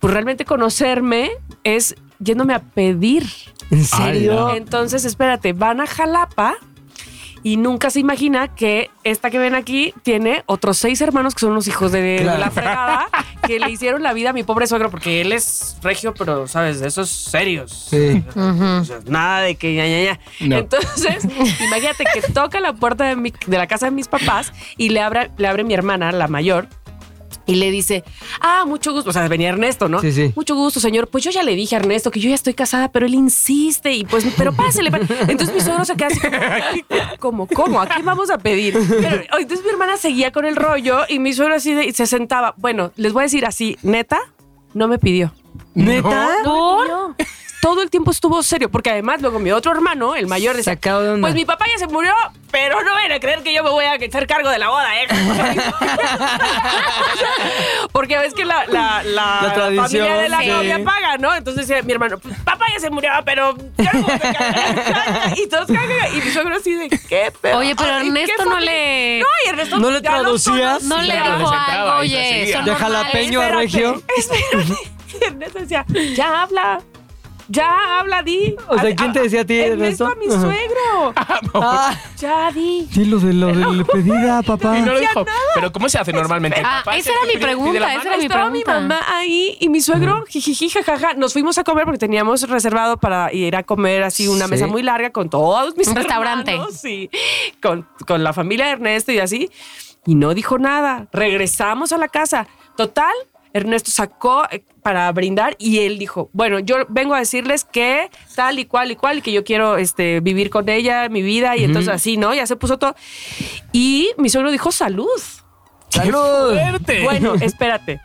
S2: pues, realmente conocerme, es yéndome a pedir.
S4: ¿En
S3: Ah.
S4: serio?
S2: Entonces, espérate, van a Jalapa. Y nunca se imagina que esta que ven aquí tiene otros seis hermanos que son los hijos de
S4: Claro.
S2: la fregada que le hicieron la vida a mi pobre suegro, porque él es regio, pero, ¿sabes? De esos serios.
S4: Sí.
S2: O sea, nada de que ya, ya, ya.
S3: No.
S2: Entonces, imagínate que toca la puerta de, mi- de la casa de mis papás y le abre, le abre mi hermana, la mayor, y le dice, ah, mucho gusto. O sea, venía Ernesto, ¿no?
S4: Sí, sí.
S2: Mucho gusto, señor. Pues yo ya le dije a Ernesto que yo ya estoy casada, pero él insiste y pues, pero pásele. pa-". Entonces mi suegro se queda así como, como, ¿cómo? ¿A qué vamos a pedir? Pero, oh, entonces mi hermana seguía con el rollo y mi suegro así de- y se sentaba. Bueno, les voy a decir así, neta, no me pidió.
S4: ¿Neta?
S2: ¿Por? Todo el tiempo estuvo serio, porque además luego mi otro hermano, el mayor, decía,
S4: Sacado de onda.
S2: pues mi papá ya se murió, pero no van a creer que yo me voy a hacer cargo de la boda, ¿eh? porque ves que la, la, la,
S4: La tradición,
S2: familia de la
S4: sí.
S2: novia paga, ¿no? Entonces decía mi hermano, "Pues, papá ya se murió, pero yo no voy a hacer cargo". Y todos cagan, y mi suegro así de, ¿qué? pedo?
S5: Oye, pero
S2: Ay, ¿qué
S5: Ernesto no
S2: familia?
S5: le.
S2: No, y Ernesto
S4: ¿No le
S2: ya los
S4: traducías?
S5: No
S3: Sí,
S5: le
S3: claro,
S5: dijo
S3: le sentaba
S5: algo,
S3: y se
S5: oye.
S3: seguía.
S5: son
S4: De
S5: normales.
S4: jalapeño a
S2: Espérate,
S4: regio.
S2: Espérate. Y Ernesto decía, ya habla. Ya habla, di.
S4: O sea, ¿quién te decía a ti,
S2: Ernesto?
S4: Ernesto?
S2: a mi
S4: Ajá.
S2: suegro.
S4: Ah,
S2: Ya, di.
S4: sí, lo de lo de la pedida, papá.
S3: Y no lo
S2: hacía
S3: dijo.
S2: nada.
S3: Pero ¿cómo se hace normalmente?
S5: Ah,
S3: Papá, se
S5: esa era
S3: pide-
S5: mi
S3: pide la
S5: pregunta,
S3: mano.
S5: esa era mi
S2: Estaba mi
S5: pregunta.
S2: mamá ahí y mi suegro, jijiji, jajaja. Nos fuimos a comer porque teníamos reservado para ir a comer así una
S4: Sí.
S2: mesa muy larga con todos mis
S5: Un restaurante.
S2: hermanos, Sí, con, con la familia de Ernesto y así. Y no dijo nada. Regresamos a la casa. Total, Ernesto sacó eh, para brindar y él dijo, bueno, yo vengo a decirles que tal y cual y cual y que yo quiero este, vivir con ella mi vida y entonces así, ¿no? Ya se puso todo. Y mi suegro dijo, salud.
S4: ¡Salud!
S3: Fuerte.
S2: Bueno, espérate.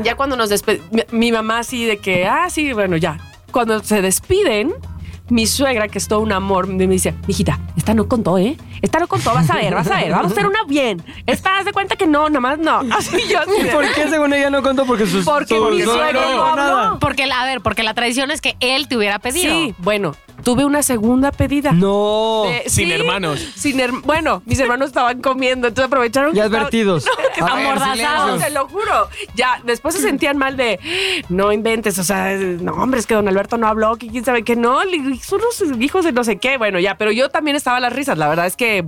S2: Ya cuando nos despedimos, mi, mi mamá así de que, ah, sí, bueno, ya. Cuando se despiden, mi suegra, que es todo un amor, me me dice, mijita, esta no contó, ¿eh? Esta no contó, vas a ver, vas a ver, vamos a hacer una bien. Esta, haz de cuenta que no, nada más no. Así yo, así de-
S4: ¿Por qué según ella no contó? Porque sus
S2: Porque
S4: sus-
S2: mi
S4: no,
S2: suegro
S4: no,
S2: no habló.
S4: nada.
S5: Porque, la- a ver, porque la tradición es que él te hubiera pedido.
S2: Sí, bueno, tuve una segunda pedida.
S4: No.
S2: Eh,
S3: Sin
S2: sí,
S3: hermanos.
S2: Sin her- bueno, mis hermanos estaban comiendo, entonces aprovecharon. que
S4: Ya
S2: estaba-
S4: advertidos.
S5: A ver,
S2: Amordazados,
S5: silencio.
S2: te lo juro. Ya, después se sentían mal de no inventes, o sea, no, hombre, es que don Alberto no habló, que quién sabe que no, le- son unos hijos de no sé qué. Bueno, ya, pero yo también estaba a las risas. La verdad es que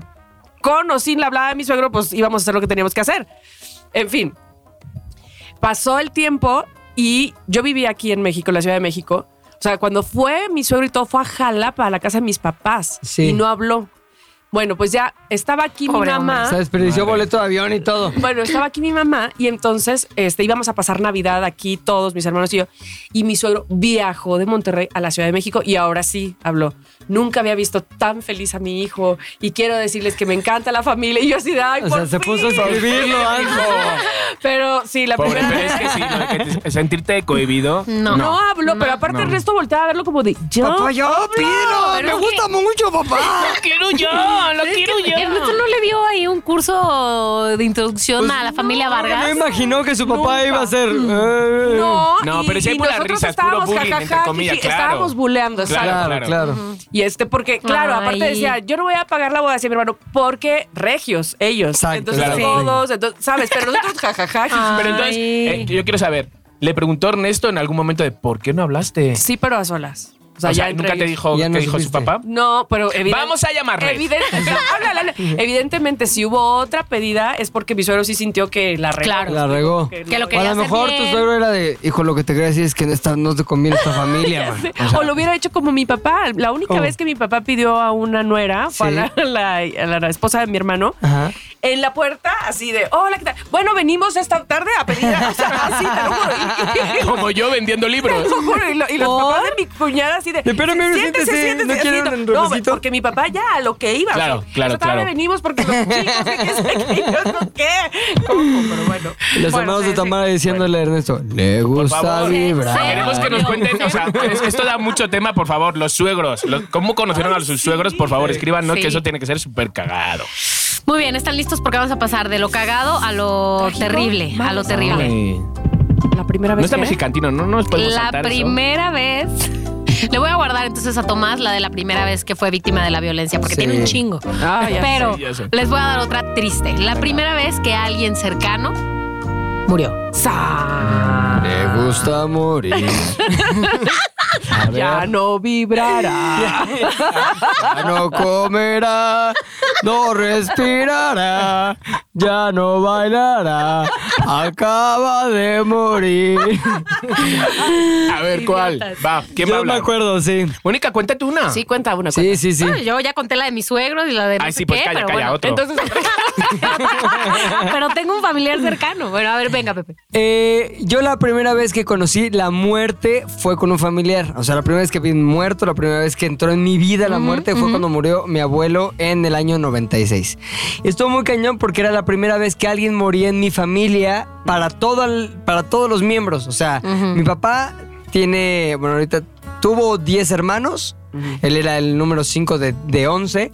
S2: con o sin la hablada de mi suegro, pues íbamos a hacer lo que teníamos que hacer. En fin, pasó el tiempo y yo vivía aquí en México, en la Ciudad de México. O sea, cuando fue mi suegro y todo, fue a Jalapa, a la casa de mis papás.
S4: Sí.
S2: Y no habló. Bueno, pues ya estaba aquí
S5: Pobre
S2: mi
S5: hombre.
S2: mamá.
S4: Se desperdició
S3: Madre.
S4: boleto de avión y todo.
S2: Bueno, estaba aquí mi mamá y entonces este, íbamos a pasar Navidad aquí todos, mis hermanos y yo. Y mi suegro viajó de Monterrey a la Ciudad de México y ahora sí habló. Nunca había visto tan feliz a mi hijo y quiero decirles que me encanta la familia. Y yo así, de, ay,
S4: O
S2: por
S4: sea, se
S2: fin".
S4: puso a escribirlo antes.
S2: Pero sí, la
S3: Pobre,
S2: primera
S3: pero
S2: vez.
S3: es que sí, lo de que te- sentirte cohibido.
S5: No.
S2: No, habló, pero aparte el resto volteaba a verlo como de, yo.
S4: Papá, yo pídelo.
S5: pero
S4: Me
S5: es
S4: gusta mucho, papá.
S3: quiero yo, lo quiero yo.
S5: Ernesto no le dio ahí un curso de introducción a la familia
S4: No
S5: Vargas.
S4: imaginó que su papá
S2: Nunca.
S4: iba a ser. eh,
S2: No,
S3: No,
S2: y-
S3: pero sí hay
S2: y
S3: puras
S2: nosotros
S3: risas, puro
S2: estábamos
S3: bullying, entre
S2: jajaja,
S3: comillas,
S2: jiji,
S3: claro.
S2: Estábamos buleando, exacto.
S4: Claro,
S3: Claro.
S4: claro.
S2: Y este, porque, claro,
S5: Ay.
S2: aparte decía, yo no voy a pagar la boda, decía mi hermano, porque regios, ellos.
S4: Exacto,
S2: entonces
S3: claro.
S2: todos, entonces, ¿sabes? Pero nosotros, jajaja. jiji.
S3: Pero entonces,
S5: Ay.
S3: eh, yo quiero saber, le preguntó Ernesto en algún momento de por qué no hablaste.
S2: Sí, pero a solas. O
S3: O
S2: sea,
S3: sea,
S2: ya entre
S3: nunca te
S2: ellos.
S3: dijo
S4: Ya
S3: qué
S4: no
S3: dijo su
S4: supiste.
S3: papá.
S2: No, pero evidente-
S3: Vamos a llamarle.
S2: Evidente- Háblale, háblale. evidentemente, si hubo otra pedida, es porque mi suegro sí sintió que la regó.
S5: Claro.
S4: La regó.
S5: Que lo
S4: O a
S5: quería
S4: lo
S5: hacer
S4: mejor tu
S5: bien.
S4: suegro era de, hijo, lo que te quería decir es que en esta no te conviene esta familia, man. O sea,
S2: O lo hubiera hecho como mi papá. La única
S4: ¿Cómo?
S2: vez que mi papá pidió a una nuera fue
S4: Sí.
S2: a, la, la- a la esposa de mi hermano.
S4: Ajá.
S2: En la puerta, así de, hola, ¿qué tal? Bueno, venimos esta tarde a pedir. O sea, así, te lo juro. Y-
S3: Como yo vendiendo libros.
S2: Te lo juro, y, lo- y los papás de mi cuñada así de.
S4: Espérame, siéntese, ¿no
S2: así,
S4: quieren un
S2: No,
S4: refresquito?
S2: porque mi papá ya a lo que iba.
S3: Claro,
S2: o sea,
S3: claro,
S2: Esta tarde
S3: claro.
S2: venimos porque los chicos, de que sé que yo no qué. ¿Cómo? Pero bueno.
S4: Los
S2: Bueno,
S4: hermanos de
S2: sí,
S4: Tamara
S2: sí.
S4: diciéndole a Ernesto, le gusta
S3: favor.
S4: vibrar.
S3: Queremos que nos cuenten, o sea, es- esto da mucho tema, por favor, los suegros. Los- ¿Cómo conocieron a sus suegros? Por favor, escríbanos
S5: Sí.
S3: que eso tiene que ser súper cagado.
S5: Muy bien, están listos porque vamos a pasar de lo cagado a lo
S2: Trágico.
S5: terrible. A lo
S2: Vamos.
S5: terrible.
S3: Ay.
S2: La primera vez.
S3: No está
S2: que-
S3: mexicantino, no nos podemos
S5: La
S3: saltar eso.
S5: primera vez. Le voy a guardar entonces a Tomás la de la primera vez que fue víctima de la violencia, porque
S4: Sí.
S5: tiene un chingo.
S2: Ah, ya
S5: Pero
S3: sé, ya sé.
S5: les voy a dar otra triste. La primera vez que alguien cercano murió.
S2: Sa-
S4: Le gusta morir.
S3: A
S2: Ya
S3: ver.
S2: no vibrará.
S4: Ya no comerá, no respirará, ya no bailará, acaba de morir.
S3: A ver cuál. Va,
S4: Yo
S3: ¿quién va a
S4: me
S3: hablar?
S4: acuerdo, sí.
S3: Mónica, cuéntate una.
S2: Sí, cuenta una.
S4: Sí, sí, sí.
S5: Bueno, yo ya conté la de mis suegros y la de no
S3: Ay,
S5: sé
S3: sí, pues
S5: qué,
S3: calla,
S5: pero
S3: calla,
S5: bueno.
S3: otro. Entonces,
S5: pero tengo un familiar cercano. Bueno, a ver, venga, Pepe.
S4: Eh, yo la primera vez que conocí la muerte fue con un familiar. O sea, la primera vez que vi un muerto, la primera vez que entró en mi vida la muerte fue cuando murió mi abuelo en el año 96. Estuvo muy cañón porque era la primera vez que alguien moría en mi familia para, todo el- para todos los miembros. O sea, mi papá tiene, bueno, ahorita tuvo 10 hermanos. Él era el número 5 de, de 11.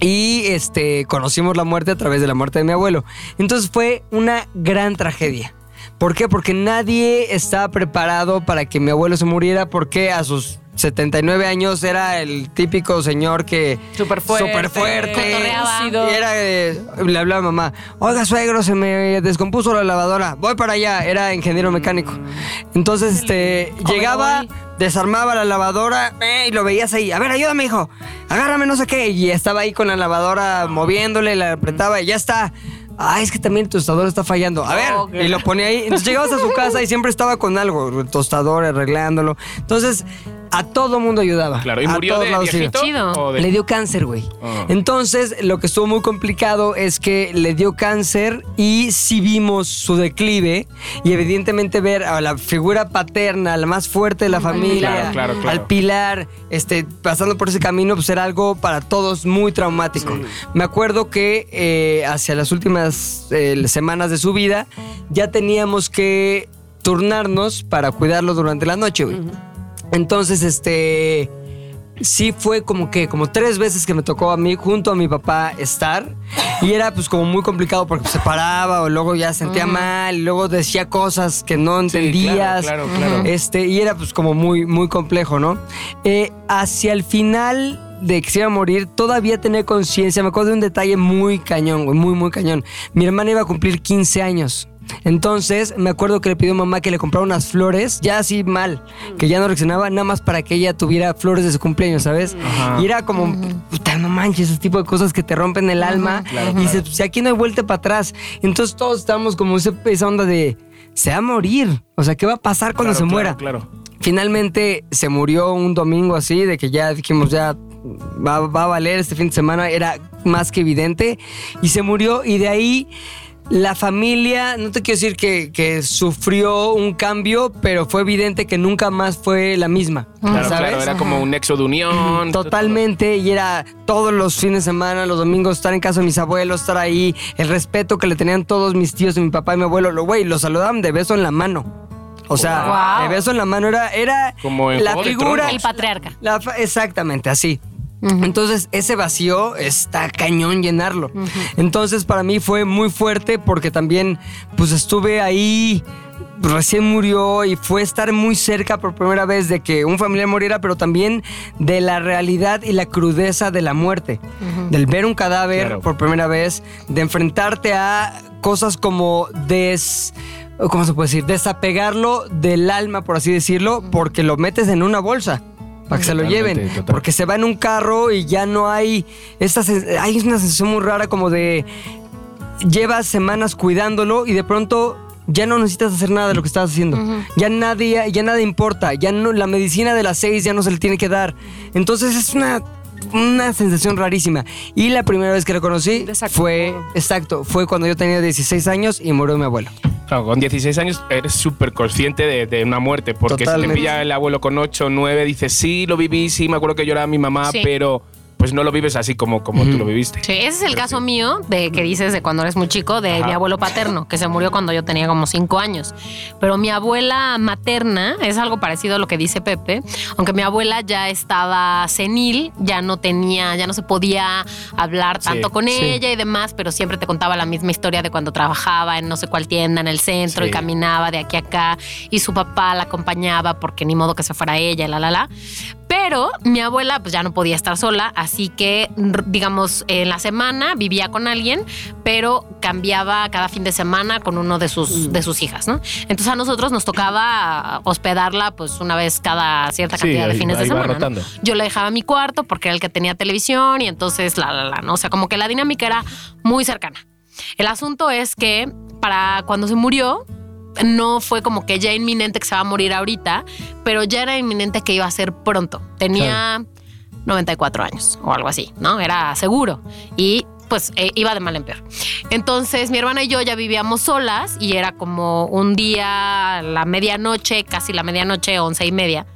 S4: Y este, conocimos la muerte a través de la muerte de mi abuelo. Entonces fue una gran tragedia. ¿Por qué? Porque nadie estaba preparado para que mi abuelo se muriera porque a sus 79 años era el típico señor que...
S2: Súper fuerte.
S4: Súper fuerte.
S5: Cotorreaba.
S4: Y era, eh, le hablaba a mamá, oiga suegro, se me descompuso la lavadora, voy para allá, era ingeniero mecánico. Entonces, este, llegaba, desarmaba la lavadora eh, y lo veías ahí, a ver, ayúdame hijo, agárrame no sé qué, y estaba ahí con la lavadora moviéndole, la apretaba y ya está. Ah, es que también el tostador está fallando. A ver,
S2: Ok.
S4: y lo ponía ahí. Entonces llegabas a su casa y siempre estaba con algo, el tostador arreglándolo. Entonces, a todo mundo ayudaba.
S3: claro, ¿y
S4: A
S3: murió
S4: todos
S3: de
S4: lados iba.
S3: viejito?
S5: Chido.
S3: o de-
S4: Le dio cáncer, güey.
S3: Ah.
S4: Entonces, lo que estuvo muy complicado es que le dio cáncer y sí vimos su declive y evidentemente ver a la figura paterna, la más fuerte de la familia,
S3: Claro, claro, claro.
S4: al pilar, este, pasando por ese camino, pues era algo para todos muy traumático. Me acuerdo que eh, hacia las últimas eh, semanas de su vida ya teníamos que turnarnos para cuidarlo durante la noche, güey. Entonces, este sí fue como que, como tres veces que me tocó a mí, junto a mi papá, estar. Y era pues como muy complicado porque pues, se paraba o luego ya sentía mal, y luego decía cosas que no entendías.
S3: claro, claro.
S4: Este, y era pues como muy, muy complejo, ¿no? Eh, hacia el final de que se iba a morir, todavía tenía conciencia. Me acuerdo de un detalle muy cañón, güey, muy, muy cañón. Mi hermana iba a cumplir 15 años. Entonces, me acuerdo que le pidió a mamá que le comprara unas flores, ya así mal, que ya no reaccionaba, nada más para que ella tuviera flores de su cumpleaños, ¿sabes? Y era como, puta, no manches, ese tipo de cosas que te rompen el alma. y dices, pues, aquí no hay vuelta para atrás. Entonces, todos estábamos como ese- esa onda de, se va a morir. O sea, ¿qué va a pasar cuando
S3: Claro,
S4: se muera?
S3: claro, Claro.
S5: Ah,
S4: Finalmente se murió un domingo así, de que ya dijimos, ya va, va a valer este fin de semana, era más que evidente. Y se murió y de ahí la familia, no te quiero decir que, que sufrió un cambio, pero fue evidente que nunca más fue la misma.
S3: Claro,
S4: ¿sabes?
S3: claro, era como un nexo de unión.
S4: Totalmente, y era todos los fines de semana, los domingos, estar en casa de mis abuelos, estar ahí, el respeto que le tenían todos mis tíos y mi papá y mi abuelo, lo güey, lo saludaban de beso en la mano. O sea,
S5: Wow.
S4: de beso en la mano era, era
S3: Como en
S4: la
S3: Juego de
S4: figura.
S3: Tronos.
S5: El patriarca.
S4: la fa- exactamente, así. Entonces, ese vacío está cañón llenarlo. Entonces, para mí fue muy fuerte porque también, pues estuve ahí, recién murió y fue estar muy cerca por primera vez de que un familiar muriera, pero también de la realidad y la crudeza de la muerte. Del ver un cadáver
S3: Claro.
S4: por primera vez, de enfrentarte a cosas como des. ¿Cómo se puede decir? Desapegarlo del alma, por así decirlo, porque lo metes en una bolsa para que se lo
S3: Totalmente,
S4: lleven.
S3: total.
S4: Porque se va en un carro y ya no hay. Esta, sen- hay una sensación muy rara como de. Llevas semanas cuidándolo y de pronto ya no necesitas hacer nada de lo que estás haciendo. Ya nadie, ya nada importa. Ya no, la medicina de las seis ya no se le tiene que dar. Entonces es una. Una sensación rarísima. Y la primera vez que lo conocí
S2: Desacomodo.
S4: fue, exacto, fue cuando yo tenía 16 años y murió mi abuelo.
S3: Claro, con 16 años eres súper consciente de, de una muerte, porque si
S4: Totalmente.
S3: te pilla el abuelo con 8 o 9, dices, sí, lo viví, sí, me acuerdo que lloraba mi mamá,
S5: Sí.
S3: pero pues no lo vives así como, como
S4: Mm.
S3: tú lo viviste.
S5: Sí, ese es el caso mío de que dices de cuando eres muy chico, de
S3: Ajá.
S5: mi abuelo paterno, que se murió cuando yo tenía como cinco años. Pero mi abuela materna es algo parecido a lo que dice Pepe, aunque mi abuela ya estaba senil, ya no tenía, ya no se podía hablar
S3: Sí,
S5: tanto con
S4: sí.
S5: ella y demás, pero siempre te contaba la misma historia de cuando trabajaba en no sé cuál tienda en el centro
S3: Sí.
S5: y caminaba de aquí a acá y su papá la acompañaba porque ni modo que se fuera ella, la la la. Pero mi abuela pues ya no podía estar sola, así que r- digamos en la semana vivía con alguien, pero cambiaba cada fin de semana con uno de
S3: Mm.
S5: sus de sus hijas, ¿no? Entonces a nosotros nos tocaba hospedarla pues una vez cada cierta
S3: Sí,
S5: cantidad de
S3: ahí-
S5: fines de
S3: ahí va
S5: semana. ¿no?
S3: rotando.
S5: Yo le dejaba mi cuarto porque era el que tenía televisión y entonces la la la, ¿no? O sea, como que la dinámica era muy cercana. El asunto es que para cuando se murió no fue como que ya inminente que se va a morir ahorita, pero ya era inminente que iba a ser pronto. Tenía 94 años o algo así, ¿no? Era seguro. Y pues eh, iba de mal en peor. Entonces mi hermana y yo ya vivíamos solas y era como un día, la medianoche, casi la medianoche, once y media.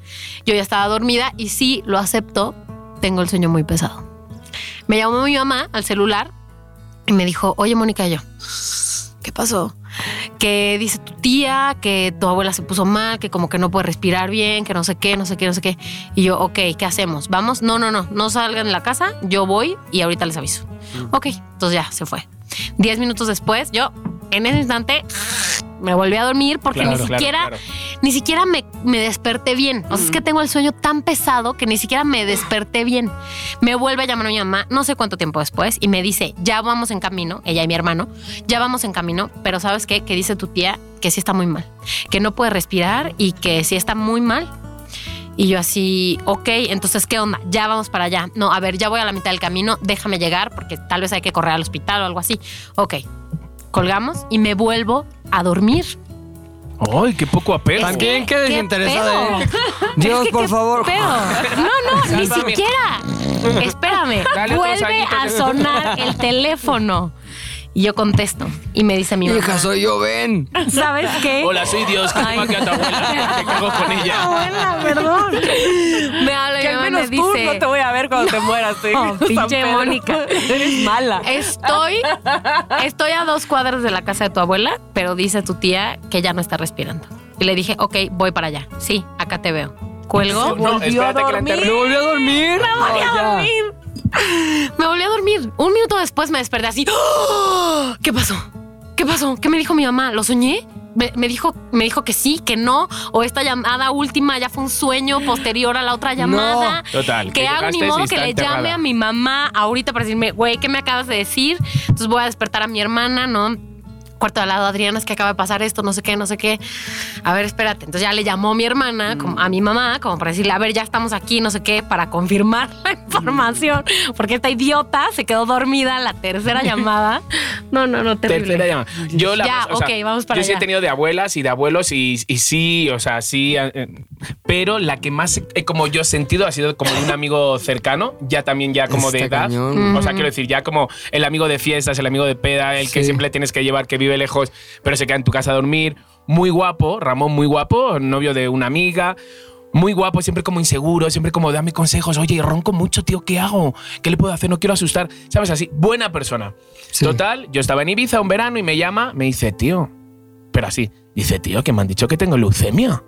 S5: Yo ya estaba dormida y sí, lo acepto, tengo el sueño muy pesado. Me llamó mi mamá al celular y me dijo, oye Mónica, y yo, ¿qué pasó? Que dice tu tía que tu abuela se puso mal, que como que no puede respirar bien, que no sé qué, no sé qué, no sé qué. Y yo, ok, ¿qué hacemos? ¿Vamos? No, no, no, no salgan de la casa, yo voy y ahorita les aviso. Ok, entonces ya se fue. Diez minutos después, yo en ese instante me volví a dormir porque ni
S3: Claro, claro,
S5: siquiera
S3: claro.
S5: ni siquiera me, me desperté bien. O sea, es que tengo el sueño tan pesado que ni siquiera me desperté bien. Me vuelve a llamar mi mamá, no sé cuánto tiempo después, y me dice, ya vamos en camino, ella y mi hermano, ya vamos en camino, pero ¿sabes qué? Que dice tu tía que sí está muy mal, que no puede respirar y que sí está muy mal. Y yo así, ok, entonces, ¿qué onda? Ya vamos para allá. No, a ver, ya voy a la mitad del camino, déjame llegar porque tal vez hay que correr al hospital o algo así. Ok, colgamos y me vuelvo a dormir.
S3: ¡Ay, qué poco apego!
S5: Es que-
S4: También qué
S5: qué
S4: desinteresada.
S5: pedo.
S4: ¿eh? Dios,
S5: Es que
S4: por
S5: qué
S4: favor.
S5: pedo. No, no, ni
S3: Sálvame.
S5: siquiera. Espérame.
S3: Dale otros
S5: Vuelve a
S3: añitos.
S5: sonar el teléfono. Y yo contesto. Y me dice mi
S4: Hija,
S5: mamá.
S4: soy yo, ven.
S5: ¿Sabes qué?
S3: Hola, soy Dios. ¿Qué te
S5: Ay.
S3: va a quedar tu abuela? Te cago con ella.
S5: Abuela, Ah, perdón. Me habla
S2: Que al
S5: mi mamá y me
S2: menos tú
S5: dice.
S2: no te voy a ver cuando te mueras. te digo,
S5: Oh, pinche
S2: San Pedro.
S5: Mónica.
S2: Eres mala.
S5: Estoy, estoy a dos cuadras de la casa de tu abuela, pero dice tu tía que ya no está respirando. Y le dije, ok, voy para allá. Sí, acá te veo. Cuelgo.
S3: No, espérate que la
S4: ¿Me
S3: enterré.
S4: volvió a dormir? No,
S5: volví a
S4: ya.
S5: dormir. Me volví a dormir. Un minuto después me desperté así. ¡Ah! ¿Qué pasó? ¿Qué pasó? ¿Qué me dijo mi mamá? ¿Lo soñé? Me, me dijo, me dijo que sí, que no, o esta llamada última ya fue un sueño posterior a la otra llamada.
S3: Total,
S5: Que
S3: que
S5: hago ni
S3: llegaste y
S5: modo
S3: está
S5: que le
S3: enterrada.
S5: llame a mi mamá ahorita para decirme, güey, ¿qué me acabas de decir? Entonces voy a despertar a mi hermana, ¿no? Cuarto de al lado, Adriana, es que acaba de pasar esto, no sé qué, no sé qué. A ver, espérate. Entonces ya le llamó mi hermana como- a mi mamá, como para decirle, a ver, ya estamos aquí, no sé qué, para confirmar la información. Porque esta idiota se quedó dormida en la tercera llamada. No, no, no, terrible.
S3: Tercera llamada. Yo la
S5: Ya,
S3: más- o sea,
S5: ok, vamos para
S3: Yo sí he
S5: allá.
S3: tenido de abuelas y de abuelos y, y sí, o sea, sí. eh, Pero la que más eh, como yo he sentido ha sido como de un amigo cercano, ya también ya como de
S4: Está
S3: edad.
S4: cañón.
S3: O sea, quiero decir, ya como el amigo de fiestas, el amigo de peda, el que
S4: Sí.
S3: siempre tienes que llevar, que vive lejos, pero se queda en tu casa a dormir. Muy guapo, Ramón, muy guapo, novio de una amiga. Muy guapo, siempre como inseguro, siempre como dame consejos. Oye, ronco mucho, tío, ¿qué hago? ¿Qué le puedo hacer? No quiero asustar. ¿Sabes? Así, buena persona.
S4: Sí.
S3: Total, yo estaba en Ibiza un verano y me llama, me dice, tío, pero así, dice, tío, que me han dicho que tengo leucemia.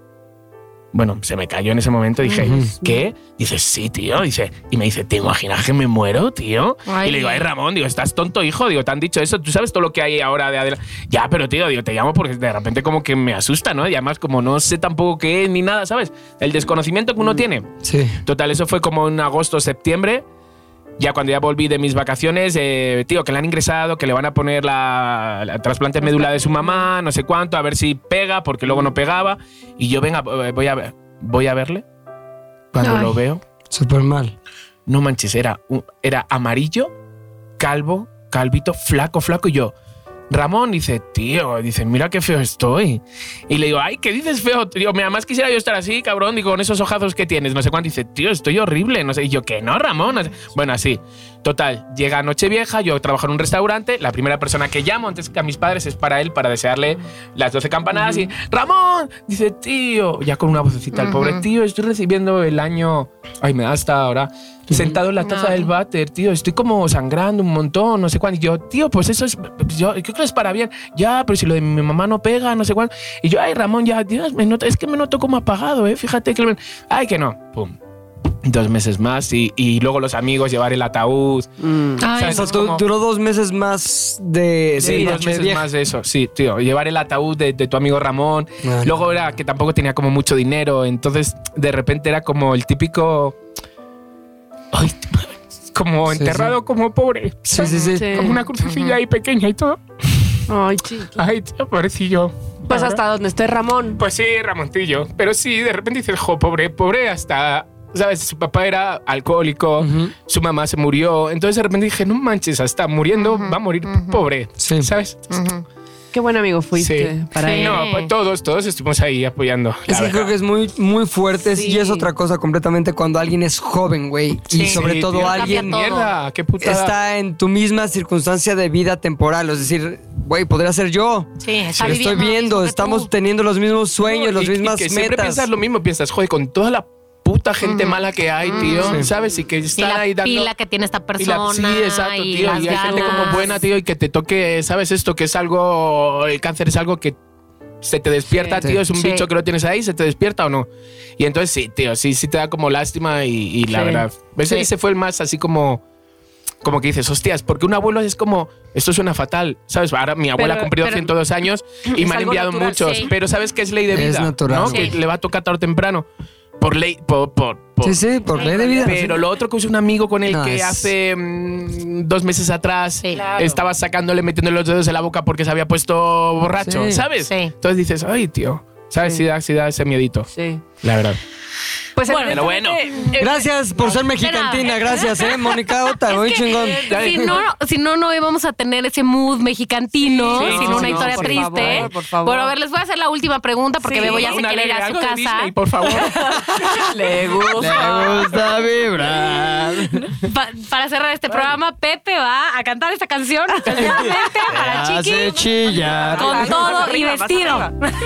S3: Bueno, se me cayó en ese momento, dije, ¿qué? Dice, sí, tío, dice, y me dice, ¿te imaginas que me muero, tío?
S5: Ay.
S3: Y le digo, ay, Ramón, digo, estás tonto, hijo, digo, te han dicho eso, tú sabes todo lo que hay ahora de Adela. Ya, pero tío, digo, te llamo porque de repente como que me asusta, ¿no? Y además como no sé tampoco qué es ni nada, ¿sabes? El desconocimiento que uno tiene.
S4: Sí.
S3: Total, eso fue como en agosto, septiembre. Ya cuando ya volví de mis vacaciones, eh, tío, que le han ingresado, que le van a poner la, la trasplante de médula de su mamá, no sé cuánto, a ver si pega, porque luego no pegaba. Y yo, venga, eh, voy a, ver- voy a verle. Cuando
S5: Ay.
S3: lo veo,
S4: Súper mal.
S3: no manches, era, un- era amarillo, calvo, calvito, flaco, flaco. Y yo, Ramón dice, tío, dice, mira qué feo estoy. Y le digo, ay, ¿qué dices feo? Digo, mira, más quisiera yo estar así, cabrón, digo, con esos ojazos que tienes, no sé cuánto. Dice, tío, estoy horrible, no sé. Y yo, que no, Ramón. no sé". Bueno, así. Total, llega Nochevieja, yo trabajo en un restaurante, la primera persona que llamo antes que a mis padres es para él, para desearle las 12 campanadas y, Ramón, dice, tío, ya con una vocecita, el pobre tío, estoy recibiendo el año, ay, me da hasta ahora, sentado en la taza del váter, tío, estoy como sangrando un montón, no sé cuándo. Y yo, tío, pues eso es, pues yo, yo creo que es para bien, ya, pero si lo de mi mamá no pega, no sé cuándo. Y yo, ay, Ramón, ya, Dios, me noto- es que me noto como apagado, ¿eh? Fíjate que, lo- ay, que no, pum. dos meses más y, y luego los amigos llevar el ataúd.
S5: Ay,
S4: O sea, du- duró dos meses más de.
S3: Sí,
S4: de
S3: dos meses
S4: Nochevieja.
S3: más de eso. Sí, tío. Llevar el ataúd de, de tu amigo Ramón.
S4: Ah.
S3: Luego era que tampoco tenía como mucho dinero. Entonces, de repente era como el típico. Ay, como
S4: Sí,
S3: enterrado, como pobre.
S4: Sí, sí, sí.
S3: Como una crucecilla ahí pequeña y todo.
S2: Ay, chico.
S3: Ay, tío, pobrecillo.
S2: Pues hasta donde esté Ramón.
S3: Pues sí, Ramoncillo. Pero sí, de repente dices, jo, pobre, pobre hasta. ¿Sabes? Su papá era alcohólico, su mamá se murió. Entonces de repente dije, no manches, hasta muriendo va a morir pobre.
S4: Sí.
S3: ¿Sabes?
S2: Qué buen amigo fuiste
S3: Sí.
S2: para
S5: Sí.
S2: él.
S3: No, pues todos, todos estuvimos ahí apoyando. la
S4: Es que
S3: verdad.
S4: creo que es muy, muy fuerte
S2: Sí.
S4: y es otra cosa completamente cuando alguien es joven, güey. Y
S3: Sí,
S4: sobre todo
S3: tío.
S4: alguien
S5: Cambia
S3: Mierda, qué putada.
S4: está en tu misma circunstancia de vida temporal. Es decir, güey, podría ser yo.
S5: Sí, está
S4: Lo estoy
S5: viviendo lo mismo
S4: viendo,
S5: que
S4: estamos
S5: tú.
S4: teniendo los mismos sueños,
S3: Y-
S4: las
S3: y
S4: mismas
S3: que Siempre
S4: metas.
S3: piensas lo mismo, piensas, joder, con toda la puta gente mala que hay, tío, ¿sabes? Y que
S5: Y
S3: están
S5: la
S3: ahí dando...
S5: pila que tiene esta
S3: y la-
S5: persona. Y
S3: sí, exacto, tío.
S5: las
S3: y hay gente como
S5: ganas.
S3: buena, tío, y que te toque, ¿sabes? Esto que es algo, el cáncer es algo que se te despierta,
S4: Sí.
S3: tío, es un
S5: Sí.
S3: bicho que lo tienes ahí, se te despierta o no. Y entonces sí, tío, sí, sí te da como lástima y, y la
S2: Sí.
S3: verdad. Ese,
S5: Sí.
S3: ese fue el más así como... Como que dices, hostias, porque un abuelo es como, esto suena fatal, ¿sabes? Ahora mi abuela ha
S2: Pero-
S3: cumplido
S2: pero-
S3: 102 años y
S2: Es
S3: me han
S2: algo
S3: enviado
S2: natural,
S3: muchos,
S5: sí.
S3: pero ¿sabes qué es ley de vida?
S4: Es natural.
S3: ¿no?
S4: Sí.
S3: Que le va a tocar tarde o temprano, por ley, por... por, por-
S4: Sí, sí, por ley de vida.
S3: pero lo otro que es un amigo con el
S4: No,
S3: que
S4: es-
S3: hace mm, dos meses atrás
S5: Sí.
S3: estaba sacándole, metiéndole los dedos en la boca porque se había puesto borracho,
S4: Sí.
S3: ¿sabes?
S5: Sí.
S3: Entonces dices, ay, tío. ¿Sabes?
S2: Sí.
S3: Sí, da, sí da ese miedito.
S2: Sí.
S3: La verdad.
S2: Pues
S5: Bueno,
S3: pero bueno.
S2: evidentemente, eh,
S4: Gracias por ser mexicantina, gracias, eh, Mónica Ota, muy chingón.
S5: Si no, si no, no íbamos a tener ese mood mexicantino,
S2: Sí,
S5: sino
S2: no,
S5: una
S2: no,
S5: historia
S2: por
S5: triste.
S2: favor, por favor.
S5: Bueno, a ver, les voy a hacer la última pregunta porque
S2: Sí.
S5: Bebo ya se
S3: Una
S5: quiere ir
S3: ley,
S5: a su
S3: algo de
S5: casa.
S3: Disney, por favor.
S2: le gusta.
S4: Me gusta vibrar.
S5: Pa- para cerrar este programa, Pepe va a cantar esta canción especialmente para
S4: Me hace
S5: Chiqui.
S4: chillar.
S5: Con todo y
S2: Arriba, vas
S5: vestido.
S2: arriba.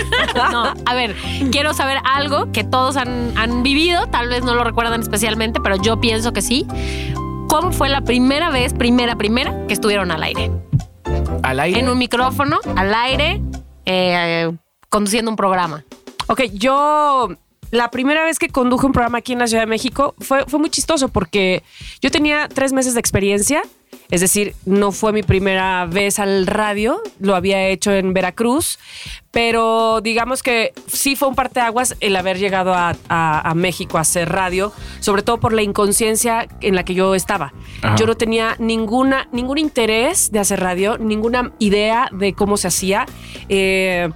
S5: No, a ver, quiero saber algo que todos han, han vivido, tal vez no lo recuerdan especialmente, pero yo pienso que sí. ¿Cómo fue la primera vez, primera, primera, que estuvieron al aire?
S3: Al aire.
S5: en un micrófono, al aire, eh, conduciendo un programa.
S2: Ok, yo la primera vez que conduje un programa aquí en la Ciudad de México fue, fue muy chistoso porque yo tenía tres meses de experiencia. Es decir, no fue mi primera vez al radio, lo había hecho en Veracruz, pero digamos que sí fue un parteaguas el haber llegado a, a- a México a hacer radio, sobre todo por la inconsciencia en la que yo estaba.
S3: Ajá.
S2: Yo no tenía ninguna, ningún interés de hacer radio, ninguna idea de cómo se hacía. Eh,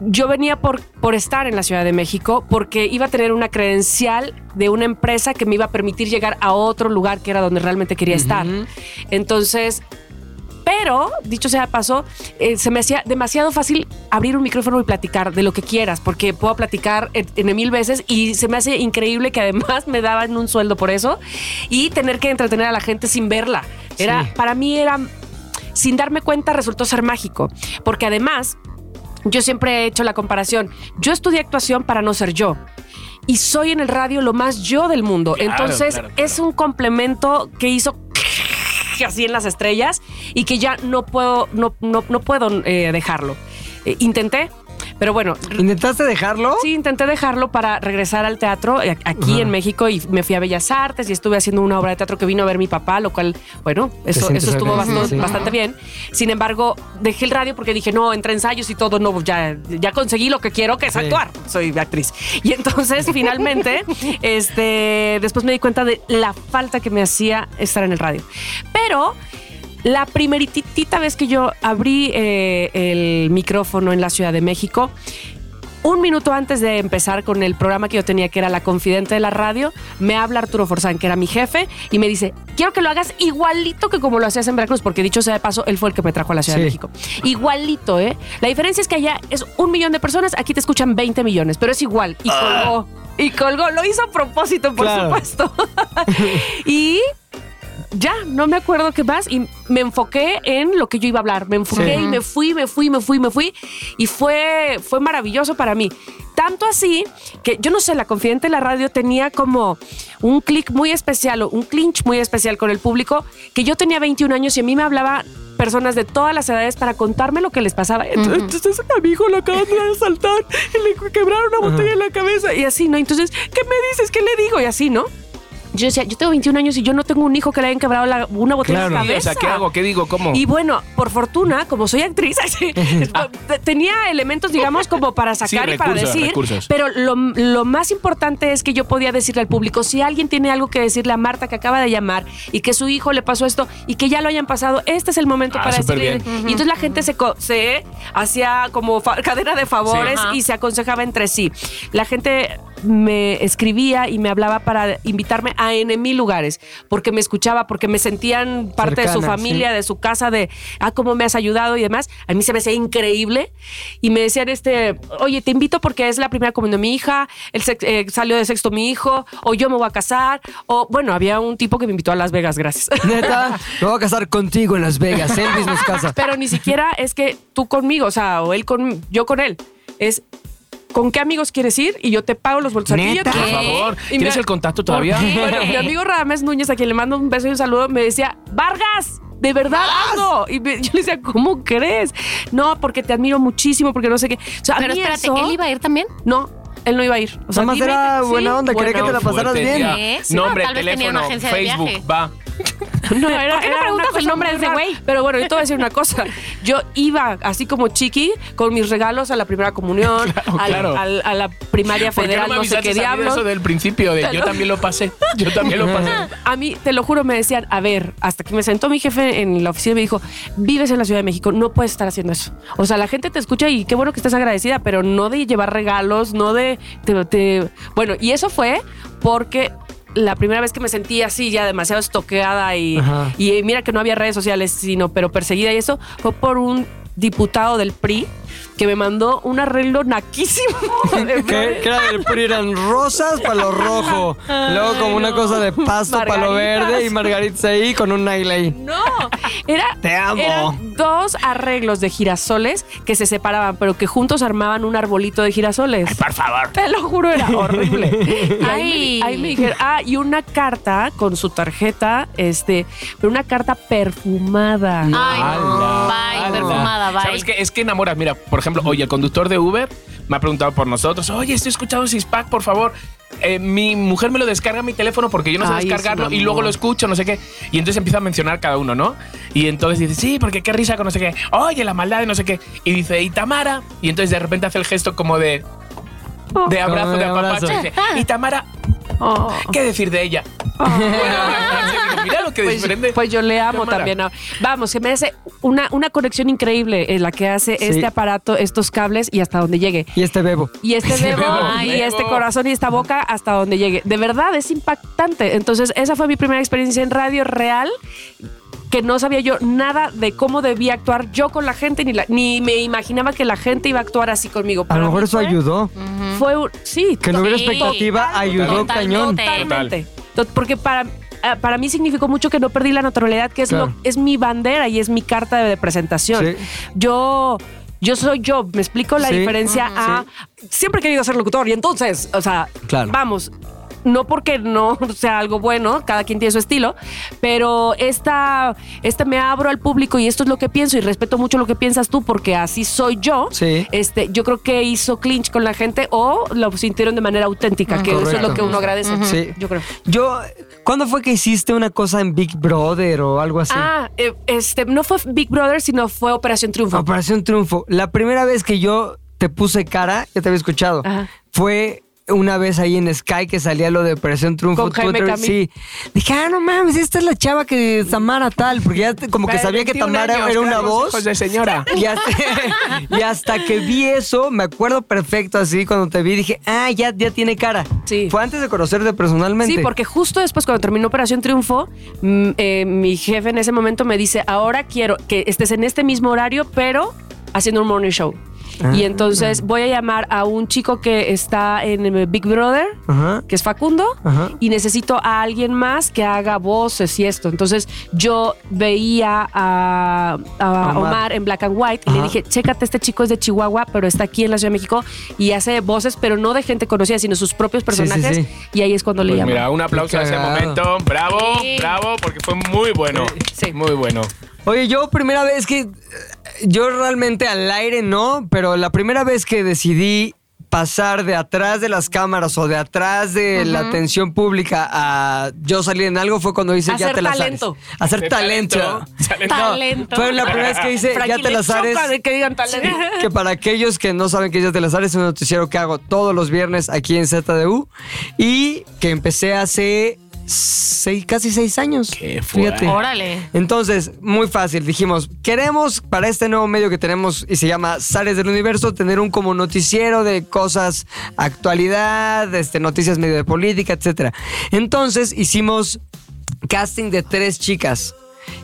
S2: yo venía por, por estar en la Ciudad de México porque iba a tener una credencial de una empresa que me iba a permitir llegar a otro lugar que era donde realmente quería estar. Entonces, pero, dicho sea de paso, eh, se me hacía demasiado fácil abrir un micrófono y platicar de lo que quieras, porque puedo platicar en, en mil veces y se me hace increíble que además me daban un sueldo por eso y tener que entretener a la gente sin verla. Era,
S4: Sí.
S2: Para mí era, sin darme cuenta, resultó ser mágico, porque además yo siempre he hecho la comparación. Yo estudié actuación para no ser yo. Y soy en el radio lo más yo del mundo.
S3: Claro,
S2: Entonces
S3: claro,
S2: es un complemento que hizo así en las estrellas y que ya no puedo, no, no, no puedo eh, dejarlo. Eh, intenté, pero bueno,
S4: ¿Intentaste dejarlo?
S2: Sí, intenté dejarlo para regresar al teatro eh, aquí
S4: Ajá.
S2: en México y me fui a Bellas Artes y estuve haciendo una obra de teatro que vino a ver mi papá, lo cual, bueno, eso,
S4: sientes
S2: eso estuvo
S4: agradecido,
S2: bastante,
S4: sí.
S2: bastante bien. Sin embargo, dejé el radio porque dije, no, entre ensayos y todo, no, pues ya, ya conseguí lo que quiero, que es
S4: Sí.
S2: actuar. Soy actriz. Y entonces, finalmente, este, después me di cuenta de la falta que me hacía estar en el radio. Pero... La primeritita vez que yo abrí eh, el micrófono en la Ciudad de México, un minuto antes de empezar con el programa que yo tenía, que era La Confidente de la Radio, me habla Arturo Forzán, que era mi jefe, y me dice, quiero que lo hagas igualito que como lo hacías en Veracruz, porque dicho sea de paso, él fue el que me trajo a la Ciudad de
S4: Sí.
S2: México. Igualito, ¿eh? La diferencia es que allá es un millón de personas, aquí te escuchan 20 millones, pero es igual. Y colgó, y colgó, lo hizo a propósito, por
S4: Claro.
S2: supuesto. y ya, no me acuerdo qué más y me enfoqué en lo que yo iba a hablar. Me enfoqué
S4: Sí.
S2: y me fui, me fui, me fui, me fui y fue, fue maravilloso para mí. Tanto así que yo no sé, la confidente de la radio tenía como un clic muy especial o un clinch muy especial con el público que yo tenía 21 años y a mí me hablaba personas de todas las edades para contarme lo que les pasaba. Entonces, entonces a mi hijo lo acaban de asaltar y le quebraron una botella en la cabeza y así, ¿no? Entonces, ¿qué me dices? ¿Qué le digo? Y así, ¿no? Yo decía, yo tengo 21 años y yo no tengo un hijo que le hayan quebrado la- una botella en la
S4: Claro.
S2: cabeza.
S3: O sea, ¿qué hago? ¿Qué digo? ¿Cómo?
S2: Y bueno, por fortuna, como soy actriz, así, te- tenía elementos, digamos, como para sacar
S3: Sí,
S2: y para
S3: recursos,
S2: decir.
S3: recursos.
S2: Pero lo, lo más importante es que yo podía decirle al público, si alguien tiene algo que decirle a Marta que acaba de llamar y que su hijo le pasó esto y que ya lo hayan pasado, este es el momento
S3: Ah,
S2: para
S3: súper
S2: decirle.
S3: bien.
S2: Y entonces la gente se, co- se hacía como fa- cadena de favores
S5: Sí. Ajá.
S2: y se aconsejaba entre sí. La gente me escribía y me hablaba para invitarme a N mil lugares, porque me escuchaba, porque me sentían parte de su
S4: Cercana,
S2: familia,
S4: sí.
S2: de su casa, de ah, cómo me has ayudado y demás. A mí se me hacía increíble. Y me decían, este, oye, te invito porque es la primera comunión de mi hija, el sex- eh, salió de sexto mi hijo, o yo me voy a casar, o bueno, había un tipo que me invitó a Las Vegas, gracias.
S4: Neta, me voy a casar contigo en Las Vegas. Elvis nos casa.
S2: Pero ni siquiera es que tú conmigo, o sea, o él con yo con él. Es con qué amigos quieres ir y yo te pago los bolsos. Y yo
S4: ¿Neta?
S2: te-
S3: Por favor,
S2: Y
S3: ¿tienes
S2: me-
S3: el contacto todavía?
S2: Bueno, mi amigo Radamés Núñez, a quien le mando un beso y un saludo, me decía, Vargas, de verdad hazlo. Y me- yo le decía, ¿cómo crees? No, porque te admiro muchísimo, porque no sé qué. O sea, a
S5: Pero
S2: mí
S5: espérate,
S2: eso-
S5: ¿él iba a ir también?
S2: No, él no iba a ir. O sea,
S4: Nada más
S2: dime-
S4: era
S2: sí,
S4: buena onda, quería que te la
S2: bueno,
S4: pasaras
S3: Fuerte,
S4: bien.
S3: ya.
S5: ¿Eh? Sí,
S3: Nombre,
S5: no, tal vez tenía
S3: teléfono,
S5: una agencia de
S3: Facebook,
S5: viaje.
S3: va.
S2: No, era,
S5: ¿Por qué no
S2: era
S5: preguntas
S2: una
S5: el
S2: cosa
S5: nombre
S2: muy
S5: de ese
S2: rara.
S5: güey?
S2: Pero bueno, yo te voy a decir una cosa. Yo iba así como chiqui con mis regalos a la primera comunión,
S3: Claro,
S2: al-
S3: claro.
S2: al- a la primaria
S3: ¿Por qué no
S2: federal,
S3: me
S2: no, sé
S3: avisaste
S2: qué
S3: a mí de
S2: diablos.
S3: eso del principio? De, yo también lo pasé. Yo también lo pasé.
S2: A mí, te lo juro, me decían, a ver, hasta que me sentó mi jefe en la oficina y me dijo, vives en la Ciudad de México, no puedes estar haciendo eso. O sea, la gente te escucha y qué bueno que estés agradecida, pero no de llevar regalos, no de... te- te- Bueno, y eso fue porque... La primera vez que me sentí así, ya demasiado estoqueada y,
S4: Ajá.
S2: y mira que no había redes sociales, sino pero perseguida y eso, fue por un diputado del PRI que me mandó un arreglo naquísimo. de
S4: Que, que era del PRI, eran rosas para lo rojo. Luego como una cosa de pasto para lo
S2: Margaritas.
S4: verde y margaritas ahí con un nail ahí.
S2: No, era,
S4: Te amo.
S2: eran dos arreglos de girasoles que se separaban, pero que juntos armaban un arbolito de girasoles.
S3: Por favor.
S2: Te lo juro, era horrible. Y ahí,
S5: Ay.
S2: me, ahí me dijeron, ah, y una carta con su tarjeta, este, pero una carta perfumada.
S5: Ay, no. Bye,
S3: Ala.
S5: perfumada, bye.
S3: ¿Sabes qué? Es que enamoras. Mira, por ejemplo, oye, el conductor de Uber me ha preguntado por nosotros. Oye, estoy escuchando Sixpack, por favor. Eh, mi mujer me lo descarga en mi teléfono porque yo no sé
S2: Ay, es un
S3: descargarlo y
S2: amor.
S3: luego lo escucho, no sé qué. Y entonces empieza a mencionar cada uno, ¿no? Y entonces dice, sí, porque qué risa con no sé qué. Oye, la maldad de no sé qué. Y dice, y Tamara. Y entonces de repente hace el gesto como de. De abrazo,
S4: Como
S3: de
S4: de abrazo.
S3: apapacho. Y dice, y Tamara,
S2: Oh.
S3: ¿qué decir de ella? Bueno, mira lo que
S2: Pues,
S3: desprende.
S2: pues yo le amo
S3: Cámara.
S2: también. Vamos, se me hace una, una conexión increíble eh, la que hace
S4: Sí.
S2: este aparato, estos cables y hasta donde llegue.
S4: Y este bebo.
S2: y este
S3: Ese
S2: bebo
S3: bebo,
S2: ay, y
S3: bebo.
S2: este corazón y esta boca hasta donde llegue. De verdad es impactante. Entonces, esa fue mi primera experiencia en radio real que no sabía yo nada de cómo debía actuar yo con la gente ni la- ni me imaginaba que la gente iba a actuar así conmigo.
S4: A
S2: Para
S4: lo
S2: mí
S4: mejor eso
S2: fue-
S4: ayudó.
S2: Fue un- sí,
S4: Que no hubiera
S5: Sí.
S4: expectativa ayudó
S5: Totalmente.
S4: cañón.
S2: Totalmente. Tot- Porque para, ah, para mí significó mucho que no perdí la naturalidad, que es,
S4: Claro.
S2: lo, es mi bandera y es mi carta de, de presentación.
S4: Sí.
S2: Yo. Yo soy yo, me explico la
S4: Sí.
S2: diferencia a... Siempre he querido ser locutor y entonces, o sea,
S4: Claro.
S2: vamos, no porque no sea algo bueno, cada quien tiene su estilo, pero esta, esta me abro al público y esto es lo que pienso y respeto mucho lo que piensas tú porque así soy yo.
S4: Sí.
S2: Este, yo creo que hizo clinch con la gente o lo sintieron de manera auténtica, que eso es
S4: Mm, Correcto.
S2: lo que uno agradece.
S4: Sí.
S2: Yo creo.
S4: Yo, ¿cuándo fue que hiciste una cosa en Big Brother o algo así?
S2: Ah, eh, este, no fue Big Brother, sino fue Operación Triunfo.
S4: Operación Triunfo. La primera vez que yo te puse cara, ya te había escuchado,
S2: Ajá.
S4: fue una vez ahí en Sky que salía lo de Operación Triunfo.
S2: Con Jaime
S4: Twitter,
S2: Camil.
S4: sí. Dije, ah, no mames, esta es la chava que Tamara tal, porque ya te- como que sabía que
S3: 21
S4: Tamara
S3: años,
S4: era una
S3: claro,
S4: voz.
S3: hijos de señora.
S4: Y hasta, y hasta que vi eso, me acuerdo perfecto así, cuando te vi, dije, ah, ya, ya tiene cara.
S2: Sí.
S4: Fue antes de conocerte personalmente.
S2: Sí, porque justo después, cuando terminó Operación Triunfo, mm, eh, mi jefe en ese momento me dice: Ahora quiero que estés en este mismo horario, pero haciendo un morning show.
S4: Ah.
S2: Y entonces voy a llamar a un chico que está en eh, Big Brother,
S4: Ajá.
S2: que es Facundo,
S4: Ajá.
S2: y necesito a alguien más que haga voces y esto. Entonces yo veía a, a
S4: Omar.
S2: Omar. en Black and White y le
S4: Ajá.
S2: dije, chécate, este chico es de Chihuahua, pero está aquí en la Ciudad de México y hace voces, pero no de gente conocida, sino sus propios
S4: sí,
S2: personajes.
S4: sí.
S2: Y ahí es cuando le
S3: Pues
S2: llamé.
S3: mira, un aplauso a ese
S4: cagado.
S3: momento. Bravo,
S5: Sí.
S3: bravo, porque fue muy bueno.
S2: Sí.
S3: Muy bueno.
S4: Oye, yo primera vez que. eh, Yo realmente al aire no, pero la primera vez que decidí pasar de atrás de las cámaras o de atrás de la atención pública a yo salir en algo fue cuando hice
S2: Hacer
S4: Ya te las
S2: talento.
S4: ares. Hacer
S3: De
S4: talento.
S3: talento.
S4: No,
S5: Talento.
S4: fue la primera vez que hice Ya
S2: Frankie,
S4: te
S2: le
S4: las ares.
S2: choca de que digan talento.
S4: que para aquellos que no saben que es Días de las Ares, es un noticiero que hago todos los viernes aquí en ZDU y que empecé hace seis, casi seis años.
S3: Qué fuerte.
S5: Órale.
S4: Entonces, muy fácil, dijimos, queremos para este nuevo medio que tenemos y se llama Sales del Universo, tener un como noticiero de cosas, actualidad, este, noticias medio de política, etc. Entonces hicimos casting de tres chicas.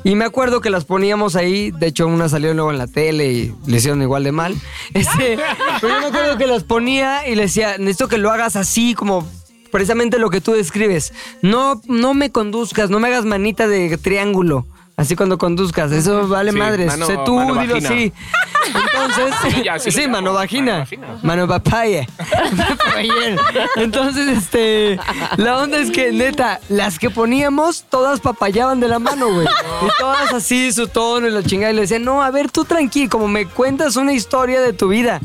S4: Y me acuerdo que las poníamos ahí, de hecho una salió luego en la tele y le hicieron igual de mal. Este, pero yo me acuerdo que las ponía y le decía, necesito que lo hagas así, como precisamente lo que tú describes. No, no me conduzcas, no me hagas manita de triángulo. Así cuando conduzcas, eso vale
S3: Sí,
S4: madres.
S3: mano-
S4: sé tú,
S3: mano
S4: dilo
S3: vagina.
S4: así. Entonces,
S3: Sí, ya, sí,
S4: sí,
S3: ya,
S4: mano
S3: mano
S4: vagina.
S3: vagina.
S4: Mano papaya. Papayel. Entonces, este. La onda es que, neta, las que poníamos, todas papayaban de la mano, güey. Y todas así, su tono y la chingada. Y le decían, no, a ver, tú tranqui, como me cuentas una historia de tu vida.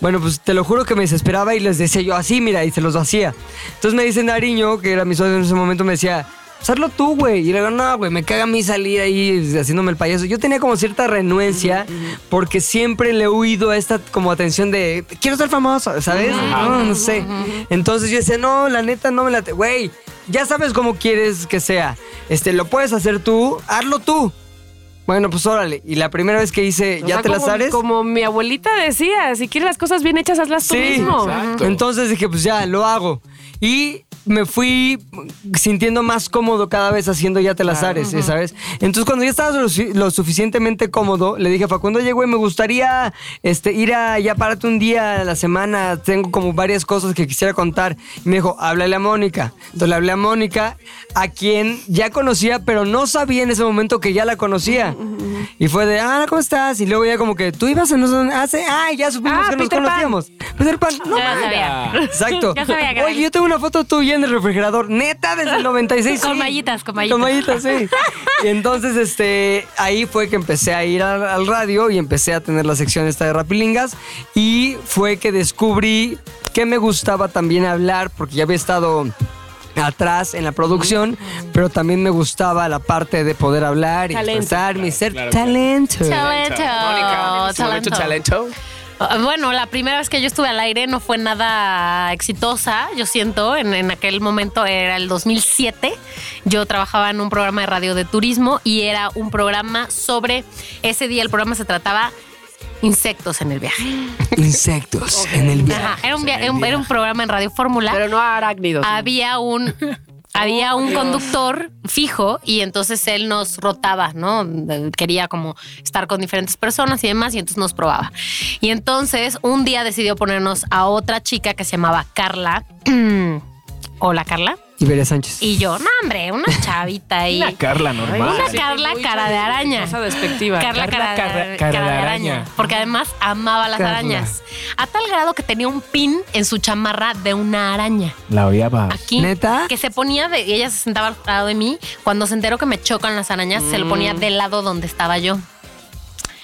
S4: Bueno, pues te lo juro que me desesperaba y les decía yo así, mira, y se los hacía. Entonces me dice Nariño, que era mi socio en ese momento, me decía, pues hazlo tú, güey. Y le digo, no, güey, me caga a mí salir ahí haciéndome el payaso. Yo tenía como cierta renuencia porque siempre le he huido a esta como atención de, quiero ser famoso, ¿sabes? No, no sé. Entonces yo decía, no, la neta, no me la... Güey, ya sabes cómo quieres que sea. Este, lo puedes hacer tú, hazlo tú. Bueno, pues órale. Y la primera vez que hice,
S2: O
S4: ya
S2: sea,
S4: te las
S2: como-
S4: ares.
S2: Como mi abuelita decía, si quieres las cosas bien hechas, hazlas tú mismo.
S3: exacto.
S4: Entonces dije, pues ya, lo hago. Y me fui sintiendo más cómodo cada vez haciendo ya te las ares, ¿sabes? Entonces cuando ya estaba lo, su- lo suficientemente cómodo, le dije a Facundo, oye, güey, me gustaría este, ir a, ya párate un día a la semana, tengo como varias cosas que quisiera contar. Y me dijo, háblale a Mónica. Entonces le hablé a Mónica, a quien ya conocía, pero no sabía en ese momento que ya la conocía. Y fue de, ah, ¿cómo estás? Y luego ya como que, tú ibas en... Hace, ah, ya supimos
S2: Ah,
S4: que nos
S2: Peter Pan.
S4: conocíamos. Peter Pues, Pan, no
S5: Ya la
S4: mames.
S5: sabía.
S4: Exacto.
S5: Ya sabía que era
S4: Oye,
S5: él.
S4: yo tengo una foto tuya en el refrigerador, neta, desde el 96.
S5: Con
S4: sí.
S5: mallitas, con mallitas.
S4: Con mallitas, sí. Y entonces, este, ahí fue que empecé a ir al, al radio y empecé a tener la sección esta de Rapilingas. Y fue que descubrí que me gustaba también hablar, porque ya había estado atrás en la producción, pero también me gustaba la parte de poder hablar y
S2: Talento.
S4: expresarme y ser
S3: Claro, claro.
S4: talento.
S5: Talento.
S3: Mónica, talento,
S5: Talento.
S3: talento.
S5: Ah, Bueno, la primera vez que yo estuve al aire no fue nada exitosa, yo siento. En, en aquel momento era el 2007. Yo trabajaba en un programa de radio de turismo y era un programa sobre. Ese día el programa se trataba insectos en el viaje.
S4: Insectos en el viaje.
S5: Ajá, era, un via- era un- era un programa en Radio Fórmula.
S2: Pero no a arácnidos.
S5: había un había un conductor fijo y entonces él nos rotaba, ¿no? Quería como estar con diferentes personas y demás y entonces nos probaba. Y entonces un día decidió ponernos a otra chica que se llamaba Carla. Hola Carla.
S4: Iberia Sánchez.
S5: Y yo, no hombre, una chavita ahí.
S3: Una Carla normal.
S5: Una Carla cara de araña.
S2: Cosa despectiva.
S5: Carla,
S3: Carla
S5: cara,
S3: Cara-
S5: de-
S3: Cara
S5: cara
S3: de
S5: de
S3: Araña.
S5: araña. Porque además amaba las
S4: Carla.
S5: arañas. A tal grado que tenía un pin en su chamarra de una araña
S3: La odiaba.
S5: aquí.
S4: ¿Neta?
S5: Que se ponía de. y Ella se sentaba al lado de mí. Cuando se enteró que me chocan las arañas, se lo ponía del lado donde estaba yo.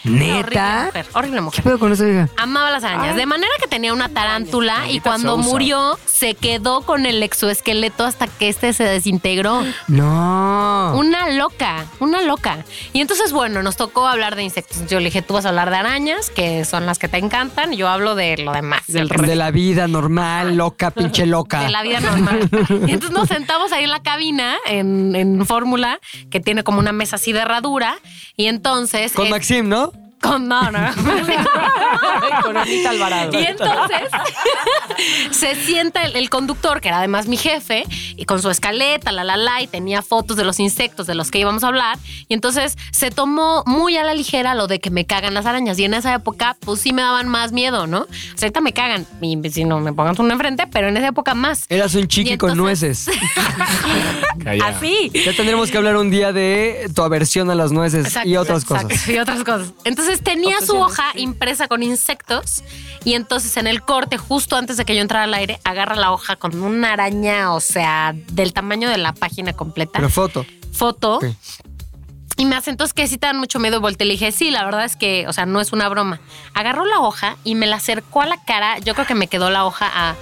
S5: Horrible
S4: Mm. ¿Neta?
S5: mujer. Horrible
S4: ¿Qué
S5: mujer.
S4: pedo con eso, hija?
S5: Amaba las arañas. De manera que tenía una tarántula y cuando
S3: Sousa.
S5: murió se quedó con el exoesqueleto hasta que este se desintegró.
S4: No.
S5: Una loca, una loca. Y entonces, bueno, nos tocó hablar de insectos. Yo le dije, tú vas a hablar de arañas, que son las que te encantan. y Yo hablo de lo demás. el
S4: de la vida normal, loca, pinche loca.
S5: de la vida normal. Y entonces nos sentamos ahí en la cabina, en, en Fórmula, que tiene como una mesa así de herradura. Y entonces.
S4: Con
S5: eh,
S4: Maxim, ¿no?
S5: Con no, no.
S2: Con Anita Alvarado.
S5: Y entonces se sienta el, el conductor, que era además mi jefe, y con su escaleta, la la la, y tenía fotos de los insectos de los que íbamos a hablar. Y entonces se tomó muy a la ligera lo de que me cagan las arañas. Y en esa época, pues sí me daban más miedo, ¿no? O sea, ahorita me cagan, y si no me pongan una enfrente, pero en esa época más.
S4: Eras un chiqui
S5: Y
S4: con
S5: entonces-
S4: nueces.
S3: Calla.
S5: Así.
S4: Ya tendremos que hablar un día de tu aversión a las nueces
S5: Exacto,
S4: y otras cosas.
S5: exacto, y otras cosas. Entonces tenía su hoja impresa con insectos y entonces en el corte, justo antes de que yo entrara al aire, agarra la hoja con una araña, o sea, del tamaño de la página completa,
S4: Pero foto.
S5: foto.
S4: Ok.
S5: Y me hace entonces que sí te dan mucho miedo. Volteé y le dije, sí, la verdad es que, o sea, no es una broma. Agarró la hoja y me la acercó a la cara. Yo creo que me quedó la hoja a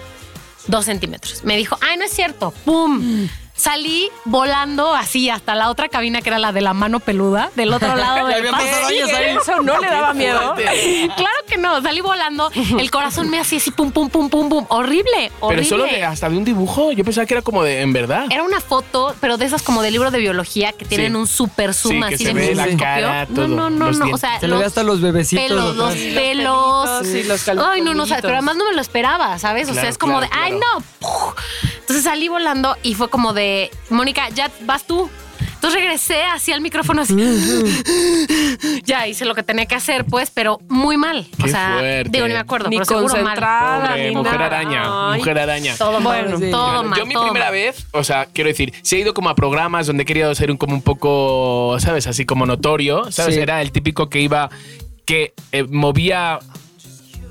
S5: dos centímetros. Me dijo, ay, no es cierto. ¡Pum! Salí volando así hasta la otra cabina que era la de la mano peluda, del otro lado del
S4: habían
S5: pasillo.
S4: pasado años ahí.
S2: Eso no le daba miedo.
S5: Claro que no, salí volando. El corazón me hacía así, pum, pum, pum, pum, pum. Horrible, horrible.
S3: Pero solo de- hasta de un dibujo, yo pensaba que era como de en verdad.
S5: Era una foto, pero de esas como de libro de biología que tienen
S3: Sí.
S5: un super zoom
S3: Sí, que
S5: así
S3: se
S5: de
S4: ve la
S5: microscopio.
S3: cara,
S5: no,
S3: todo,
S5: no, no,
S3: los
S5: no. O
S3: dientes.
S5: sea,
S4: Se le ve
S5: los
S4: hasta los bebecitos.
S5: pelos, los
S4: atrás.
S5: pelos.
S2: pelitos y los
S5: Ay, no, no, o
S2: calzoncillos.
S5: sea, pero además no me lo esperaba, ¿sabes? o
S3: Claro,
S5: sea, es como
S3: claro,
S5: de, ay,
S3: claro.
S5: no. Puf. Entonces salí volando y fue como de, Mónica, ya vas tú. Entonces regresé así al micrófono, así. ya hice lo que tenía que hacer, pues, pero muy mal. o
S3: Qué
S5: sea,
S3: fuerte.
S5: digo, ni me acuerdo,
S2: Ni
S5: pero seguro mal.
S2: concentrada,
S3: Pobre,
S2: ni
S3: mujer
S2: nada.
S3: araña,
S2: Ay.
S3: mujer araña.
S5: Todo
S2: Bueno,
S5: mal,
S2: sí.
S4: Oh
S5: todo mal.
S3: Yo mi
S5: todo
S3: primera
S5: mal.
S3: vez, o sea, quiero decir, se ha ido como a programas donde he querido ser un, como un poco, ¿sabes? Así como notorio, ¿sabes?
S4: Sí.
S3: Era el típico que iba, que eh, movía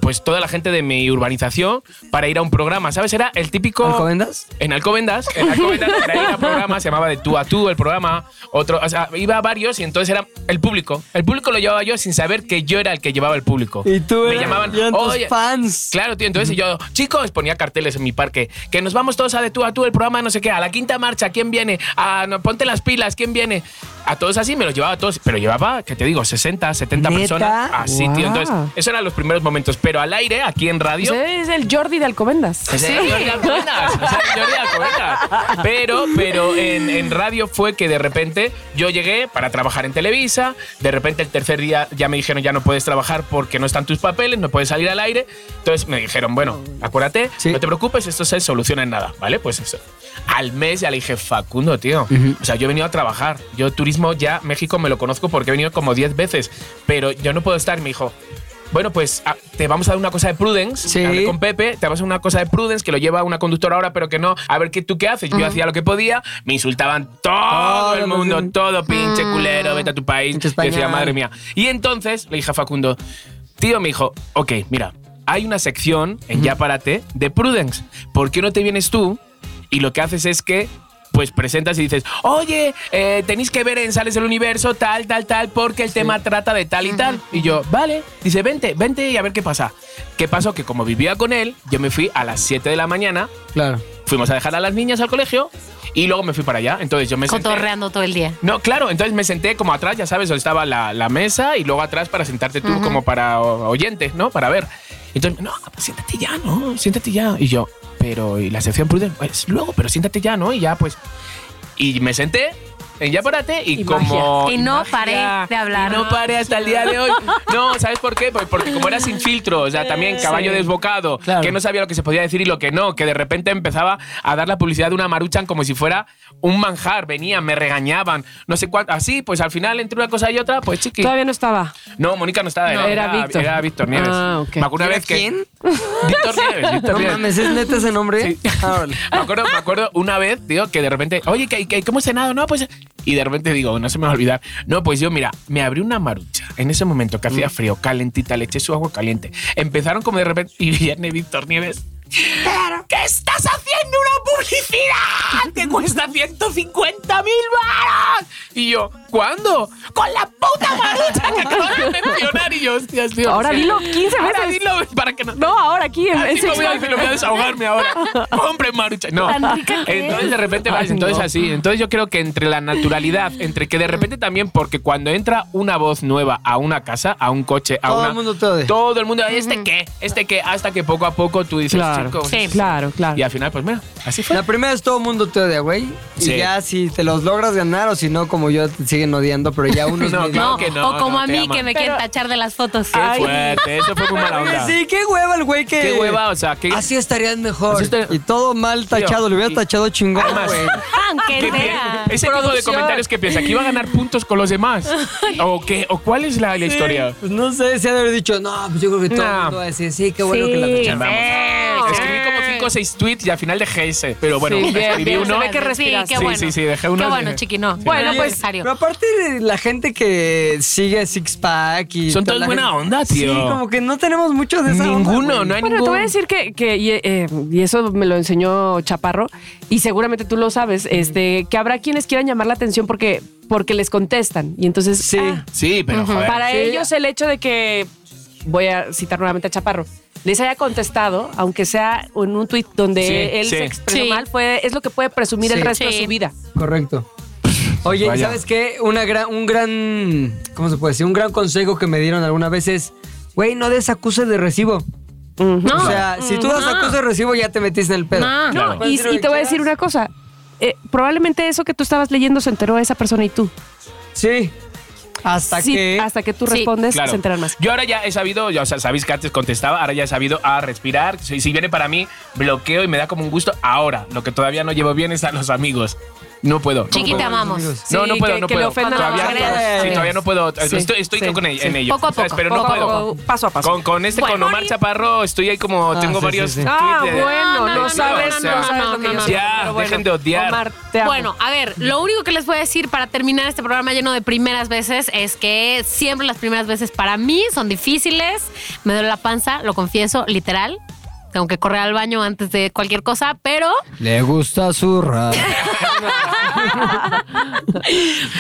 S3: pues toda la gente de mi urbanización para ir a un programa, ¿sabes? Era el típico...
S4: ¿Alcobendas?
S3: En Alcobendas, en Alcobendas era ir a programa, se llamaba de tú a tú el programa, otro, o sea, iba a varios y entonces era el público. El público lo llevaba yo sin saber que yo era el que llevaba el público.
S4: Y tú
S3: me
S4: eras-
S3: llamaban,
S4: eran tus
S3: "Oye,
S4: fans.
S3: Claro, tío. Entonces yo, chicos, ponía carteles en mi parque. Que nos vamos todos a de tú a tú el programa, no sé qué, a la quinta marcha, ¿quién viene? A, no, ponte las pilas, ¿quién viene? A todos así, me los llevaba a todos. Pero llevaba, que te digo, 60, 70
S4: ¿Neta?
S3: personas. Así, tío.
S2: Guau.
S3: Entonces, esos eran los primeros momentos. Pero al aire, aquí en radio.
S2: Ese es el Jordi de Alcobendas.
S3: Ese era Jordi Alcobendas, ese era Jordi Alcobendas. Pero, pero en, en radio fue que de repente yo llegué para trabajar en Televisa, de repente el tercer día ya me dijeron ya no puedes trabajar porque no están tus papeles, no puedes salir al aire. Entonces me dijeron, bueno, acuérdate,
S4: Sí.
S3: no te preocupes, esto se soluciona en nada, ¿vale? Pues eso. Al mes ya le dije, Facundo, tío. O sea, yo he venido a trabajar. Yo turismo ya, México me lo conozco porque he venido como 10 veces, pero yo no puedo estar, me dijo. Bueno, pues ah, te vamos a dar una cosa de Prudence.
S4: Sí.
S3: Hablé con Pepe, te vas a una cosa de Prudence que lo lleva una conductora ahora, pero que no. A ver qué tú qué haces. Yo hacía lo que podía, me insultaban todo
S4: Todo,
S3: el mundo,
S4: sí.
S3: todo pinche culero, vete a tu
S4: Ah,
S3: país.
S4: Pinche
S3: Yo decía,
S4: español.
S3: madre mía. Y entonces le dije a Facundo, tío, me dijo, ok, mira, hay una sección en Ya Párate de Prudence. ¿Por qué no te vienes tú? Y lo que haces es que. Pues presentas y dices, oye, eh, tenéis que ver en Sales del Universo tal, tal, tal, porque el tema trata de tal y tal. Y yo, vale. Dice, vente, vente y a ver qué pasa. ¿Qué pasó? Que como vivía con él, yo me fui a las 7 de la mañana,
S4: Claro.
S3: fuimos a dejar a las niñas al colegio y luego me fui para allá. Entonces yo me senté.
S5: Cotorreando todo el día.
S3: No, claro, entonces me senté como atrás, ya sabes, donde estaba la, la mesa y luego atrás para sentarte tú como para o- oyente, ¿no? Para ver. Entonces, no, pues siéntate ya, ¿no? Siéntate ya. Y yo, pero, ¿y la sección prudente? Pues luego, pero siéntate ya, ¿no? Y ya, pues. Y me senté. En ya párate y,
S2: Y
S3: como.
S5: magia. Y no paré de hablar.
S3: y no paré hasta el día de hoy. No, ¿sabes por qué? Pues porque como era sin filtro, o sea, también
S5: Eh,
S3: caballo desbocado,
S4: Claro.
S3: que no sabía lo que se podía decir y lo que no, que de repente empezaba a dar la publicidad de una maruchan como si fuera un manjar. Venían, me regañaban, no sé cuánto. Así, pues al final entre una cosa y otra, pues chiqui.
S2: Todavía no estaba.
S3: No, Mónica no estaba.
S2: No, era Víctor.
S3: Era Víctor Nieves.
S2: Ah, ok.
S3: Me acuerdo una
S4: ¿Era
S3: vez que-
S4: quién?
S3: Víctor Nieves. Víctor
S4: No
S3: Nieves.
S4: mames, ¿es neta ese nombre? Ah, órale.
S3: Me acuerdo, me acuerdo una vez, digo, que de repente, oye, ¿qué, qué, cómo he cenado? No, pues. Y de repente digo, no se me va a olvidar. No, pues yo, mira, me abrí una marucha en ese momento que
S2: Mm.
S3: hacía frío, calentita, le eché su agua caliente. Empezaron como de repente. Y viene Víctor Nieves. ¿Qué estás haciendo una publicidad que cuesta 150 mil baros? Y yo, ¿cuándo? Con la puta marucha que acabo de mencionar. Y yo, hostias, tío.
S2: Ahora
S3: o sea,
S2: dilo 15
S3: Ahora
S2: veces.
S3: dilo para que no.
S2: No, ahora aquí en, en
S3: Así
S2: Six
S3: Ah, como voy a,
S2: Flags.
S3: decirlo, voy a desahogarme ahora. Hombre, marucha. No.
S5: Tan rica que
S3: Entonces
S5: es.
S3: de repente vas,
S2: Ay,
S3: entonces
S2: no.
S3: así. Entonces yo creo que entre la naturalidad, entre que de repente también, porque cuando entra una voz nueva a una casa, a un coche, a
S4: Todo
S3: una.
S4: el mundo te odia.
S3: Todo el mundo, ¿este qué? ¿Este qué? Hasta que poco a poco tú dices,
S2: Claro.
S3: chicos.
S5: Sí.
S2: Claro, claro.
S3: Y al final, pues mira, así fue.
S4: La primera es todo mundo te odia, güey.
S3: Sí.
S4: Y ya si te los logras ganar o si no, como yo, te siguen odiando, pero ya unos
S3: No,
S4: mismos.
S3: claro
S5: No,
S3: que no,
S5: o como
S3: no,
S5: a
S3: te
S5: mí
S3: aman.
S5: que me quieren tachar de las las fotos.
S3: Qué
S5: Ay,
S3: fuerte, eso fue muy mala onda.
S4: Oye, sí, qué hueva el güey que.
S3: Qué hueva, o sea, qué,
S4: Así estarías mejor.
S3: Así estaría-
S4: Y todo mal tachado,
S3: Tío,
S4: lo hubiera
S3: y-
S4: tachado chingón,
S3: Además-
S4: güey.
S5: aunque
S3: qué-
S5: sea.
S3: ese tipo de
S2: Producción.
S3: comentarios que piensa que iba a ganar puntos con los demás. ¿O qué? ¿O cuál es la, la historia?
S4: Pues no sé, se ha de haber dicho, no, pues yo creo que todo el
S3: No.
S4: mundo va a decir, sí, qué bueno que la
S5: Sí.
S4: tacharon.
S5: Sí.
S3: Escribí como 5 o 6 tweets y al final dejé ese. Pero bueno,
S2: Sí, bien,
S3: escribí
S2: bien,
S3: uno.
S2: se ve que respiras.
S5: Sí, qué
S3: Sí,
S5: bueno.
S3: sí, sí, dejé unos
S5: Qué
S3: de-
S5: bueno, chiqui, no.
S3: Sí.
S2: Bueno,
S5: No es
S2: pues,
S5: necesario.
S4: Pero aparte, la gente que sigue Six Pack y.
S3: Son
S4: toda
S3: todos
S4: la
S3: buena
S4: gente-
S3: onda, tío.
S4: Sí, como que no tenemos mucho de esa onda,
S3: Ninguno,
S4: güey.
S3: no hay
S2: Bueno, te
S3: ninguno.
S2: voy a decir que, que- y, eh, y eso me lo enseñó Chaparro, y seguramente tú lo sabes, este, que habrá quienes quieran llamar la atención porque, porque les contestan. Y entonces,
S4: Sí.
S2: ah,
S3: Sí, pero joder.
S2: para
S4: Sí.
S2: ellos el hecho de que, voy a citar nuevamente a Chaparro, les haya contestado, aunque sea en un tuit donde
S3: Sí,
S2: él
S3: sí.
S2: se expresó
S5: Sí.
S2: mal, puede- es lo que puede presumir el
S4: Sí.
S2: resto de
S5: Sí.
S2: su vida.
S4: Correcto. Oye, ¿y
S3: Vaya.
S4: ¿sabes qué? Una gran, un gran. ¿Cómo se puede decir? Un gran consejo que me dieron alguna vez es: güey, no des acuse de recibo.
S5: No.
S4: o sea, si tú das
S5: no.
S4: acuse de recibo, ya te metiste en el pedo.
S5: No.
S3: Claro.
S2: Y,
S4: Puedes decir lo
S2: y
S4: que
S2: te voy a decir
S4: quieras.
S2: una cosa. eh, probablemente eso que tú estabas leyendo se enteró esa persona y tú.
S4: Sí. Hasta
S2: Sí,
S4: que.
S2: hasta que tú
S5: Sí,
S2: respondes,
S3: Claro.
S2: se enteran más.
S3: Yo ahora ya he sabido, ya, o sea, sabéis que antes contestaba, ahora ya he sabido a respirar. Si, si viene para mí, bloqueo y me da como un gusto. Ahora, lo que todavía no llevo bien es a los amigos. No puedo. no
S5: Chiqui,
S3: puedo.
S5: te amamos.
S4: amigos.
S3: No, no
S2: Sí,
S3: puedo,
S2: que-
S3: no
S2: que le
S3: puedo.
S2: ofendan a
S3: todavía,
S5: los
S3: no puedo.
S5: amigos.
S3: Sí, todavía no puedo.
S2: Sí,
S3: estoy estoy
S2: sí,
S3: con el-
S2: sí.
S3: en ello.
S5: Poco a
S3: ¿sabes?
S5: poco,
S3: Pero
S5: poco
S3: no
S5: a
S3: puedo.
S5: poco.
S2: Paso a paso.
S3: Con, con este,
S5: Bueno.
S3: con Omar Chaparro, estoy ahí como.
S4: Ah,
S3: tengo
S4: sí,
S3: varios.
S4: sí, sí.
S2: Ah,
S3: tweets de-
S2: bueno,
S5: No,
S2: no,
S5: no, no,
S2: sabes,
S5: no,
S2: no
S5: no,
S2: sabes lo
S5: no,
S2: que
S5: no,
S2: yo
S5: no.
S2: sé.
S3: Ya,
S2: Pero bueno,
S3: dejen de odiar.
S2: Omar, te amo.
S5: Bueno, a ver, lo único que les voy a decir para terminar este programa lleno de primeras veces es que siempre las primeras veces para mí son difíciles. Me duele la panza, lo confieso, literal. Tengo que correr al baño antes de cualquier cosa, pero,
S4: Le gusta zurrar.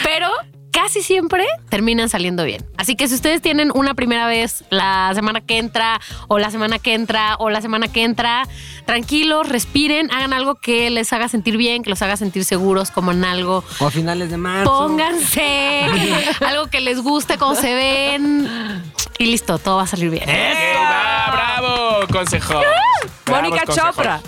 S5: pero casi siempre terminan saliendo bien. Así que si ustedes tienen una primera vez la semana que entra, o la semana que entra, o la semana que entra, tranquilos, respiren, hagan algo que les haga sentir bien, que los haga sentir seguros, como en algo
S4: o a finales de marzo.
S5: Pónganse algo que les guste, como se ven. Y listo, todo va a salir bien.
S3: ¡Eso! Va, ¡Bravo! Consejo.
S2: Mónica
S3: Bravos consejos.
S2: Chopra.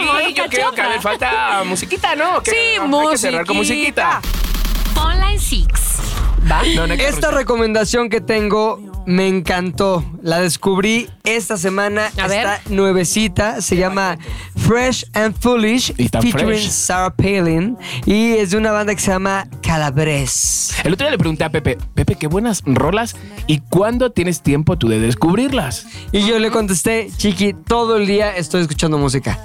S3: Y
S2: Mónica
S3: yo creo que
S2: Chopra.
S3: le falta musiquita, ¿no? Que
S2: Sí,
S3: Hay que cerrar con
S2: musiquita.
S3: musiquita.
S5: Online Six.
S3: No, no hay que
S4: Esta
S3: cerrar.
S4: recomendación que tengo me encantó. La descubrí esta semana.
S5: A ver.
S4: Está nuevecita. Se llama Fresh and Foolish
S3: Y tan
S4: featuring
S3: fresh.
S4: Sarah Palin. Y es de una banda que se llama Calabres.
S3: El otro día le pregunté a Pepe, Pepe, qué buenas rolas y cuándo tienes tiempo tú de descubrirlas.
S4: Y yo le contesté, Chiqui, todo el día estoy escuchando música.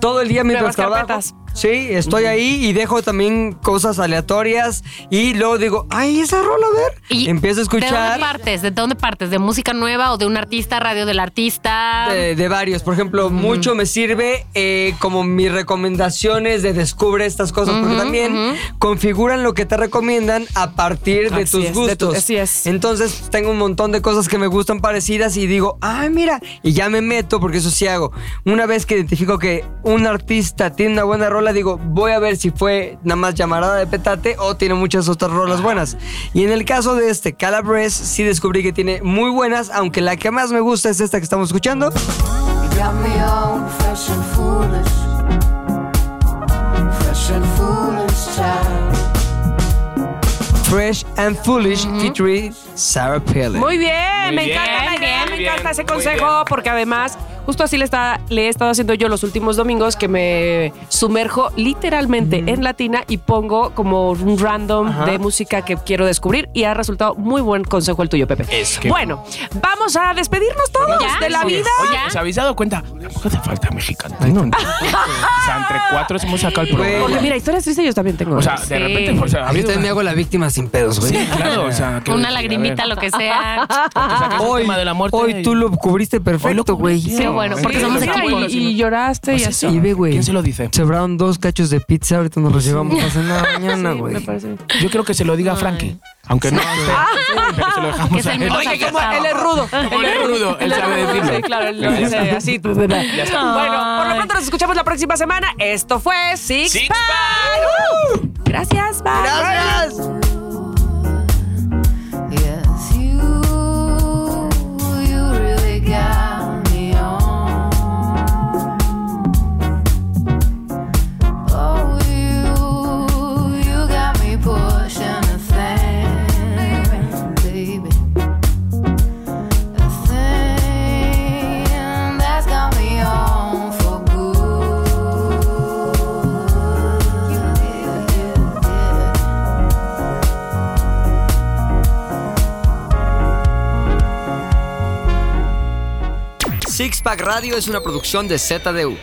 S4: Todo el día mientras
S2: Nuevas
S4: trabajo.
S2: carpetas.
S4: Sí, estoy ahí y dejo también cosas aleatorias. Y luego digo, ay, esa rola, a ver.
S5: Y
S4: Empiezo a
S5: ¿De dónde
S4: escuchar.
S5: partes? ¿De dónde partes? ¿De música nueva o de un artista, radio del artista?
S4: de, de varios. Por ejemplo, mucho me sirve eh, como mis recomendaciones de descubre estas cosas, porque también configuran lo que te recomiendan a partir de
S2: Así
S4: tus
S2: es, de tu-
S4: gustos.
S2: así es.
S4: Entonces tengo un montón de cosas que me gustan parecidas y digo, ay, mira, y ya me meto, porque eso sí hago. Una vez que identifico que un artista tiene una buena rola, digo, voy a ver si fue nada más llamarada de petate o tiene muchas otras rolas buenas. Y en el caso de este Calabres, sí descubrí que tiene muy buenas, aunque la que más me gusta es esta que estamos escuchando.
S7: Got me on fresh and foolish. Fresh and foolish child.
S4: Fresh and Foolish featuring Sarah Palin.
S2: Muy bien,
S3: Muy
S2: me
S3: bien,
S2: encanta la idea,
S3: bien,
S2: me
S3: bien,
S2: encanta ese
S3: muy
S2: consejo,
S3: bien.
S2: porque además, justo así le, está, le he estado haciendo yo los últimos domingos que me sumerjo literalmente
S3: Mm.
S2: en Latina y pongo como un random de música que quiero descubrir y ha resultado muy buen consejo el tuyo, Pepe.
S3: Eso.
S2: Bueno, vamos a despedirnos todos
S5: ¿Ya?
S2: de la
S5: Sí.
S2: vida.
S3: Oye, ¿os habéis dado cuenta? Tampoco hace falta mexicano. ¿no? o sea, entre cuatro hemos sacado el
S2: Ah. Porque
S3: programa.
S2: mira, historias tristes yo también tengo.
S3: O sea, de
S5: Sí.
S3: repente, o sea, ha
S4: Yo
S3: habido
S4: también me
S3: una-
S4: hago la víctima sin pedos, güey.
S3: Sí, claro, o sea, que-
S5: una
S3: a ver.
S5: lagrimita, lo que sea.
S4: Hoy,
S3: tema de la muerte.
S4: hoy tú lo cubriste perfecto, güey.
S5: Qué bueno, porque somos
S2: Sí,
S5: equipo.
S2: y, y lloraste y
S3: Pues
S2: así.
S3: eso.
S4: Y ve, güey.
S3: ¿Quién se lo dice?
S4: Sobraron dos cachos de pizza, ahorita nos los llevamos a cenar mañana,
S2: Sí,
S4: güey.
S2: me parece.
S3: Yo creo que se lo diga a Frankie. Aunque no,
S2: Ah.
S3: pero se lo
S5: Que
S3: dejamos
S5: es
S3: a
S5: el
S3: él.
S5: mismo
S2: Oye,
S5: Exacto.
S2: como él es rudo.
S3: Él es rudo, él sabe
S2: es rudo,
S3: decirlo.
S2: Sí, claro, él lo
S3: Ya
S2: dice
S3: está.
S2: así. pues, Bueno, por lo
S5: Ay.
S2: pronto nos escuchamos la próxima semana. Esto fue Six,
S3: Six
S2: Pack. Uh. Gracias, bye.
S4: ¡Gracias!
S7: Yes, you, you really got me on. Oh, you, you got me pushing a thing, baby.
S4: Six Pack Radio es una producción de ZDU.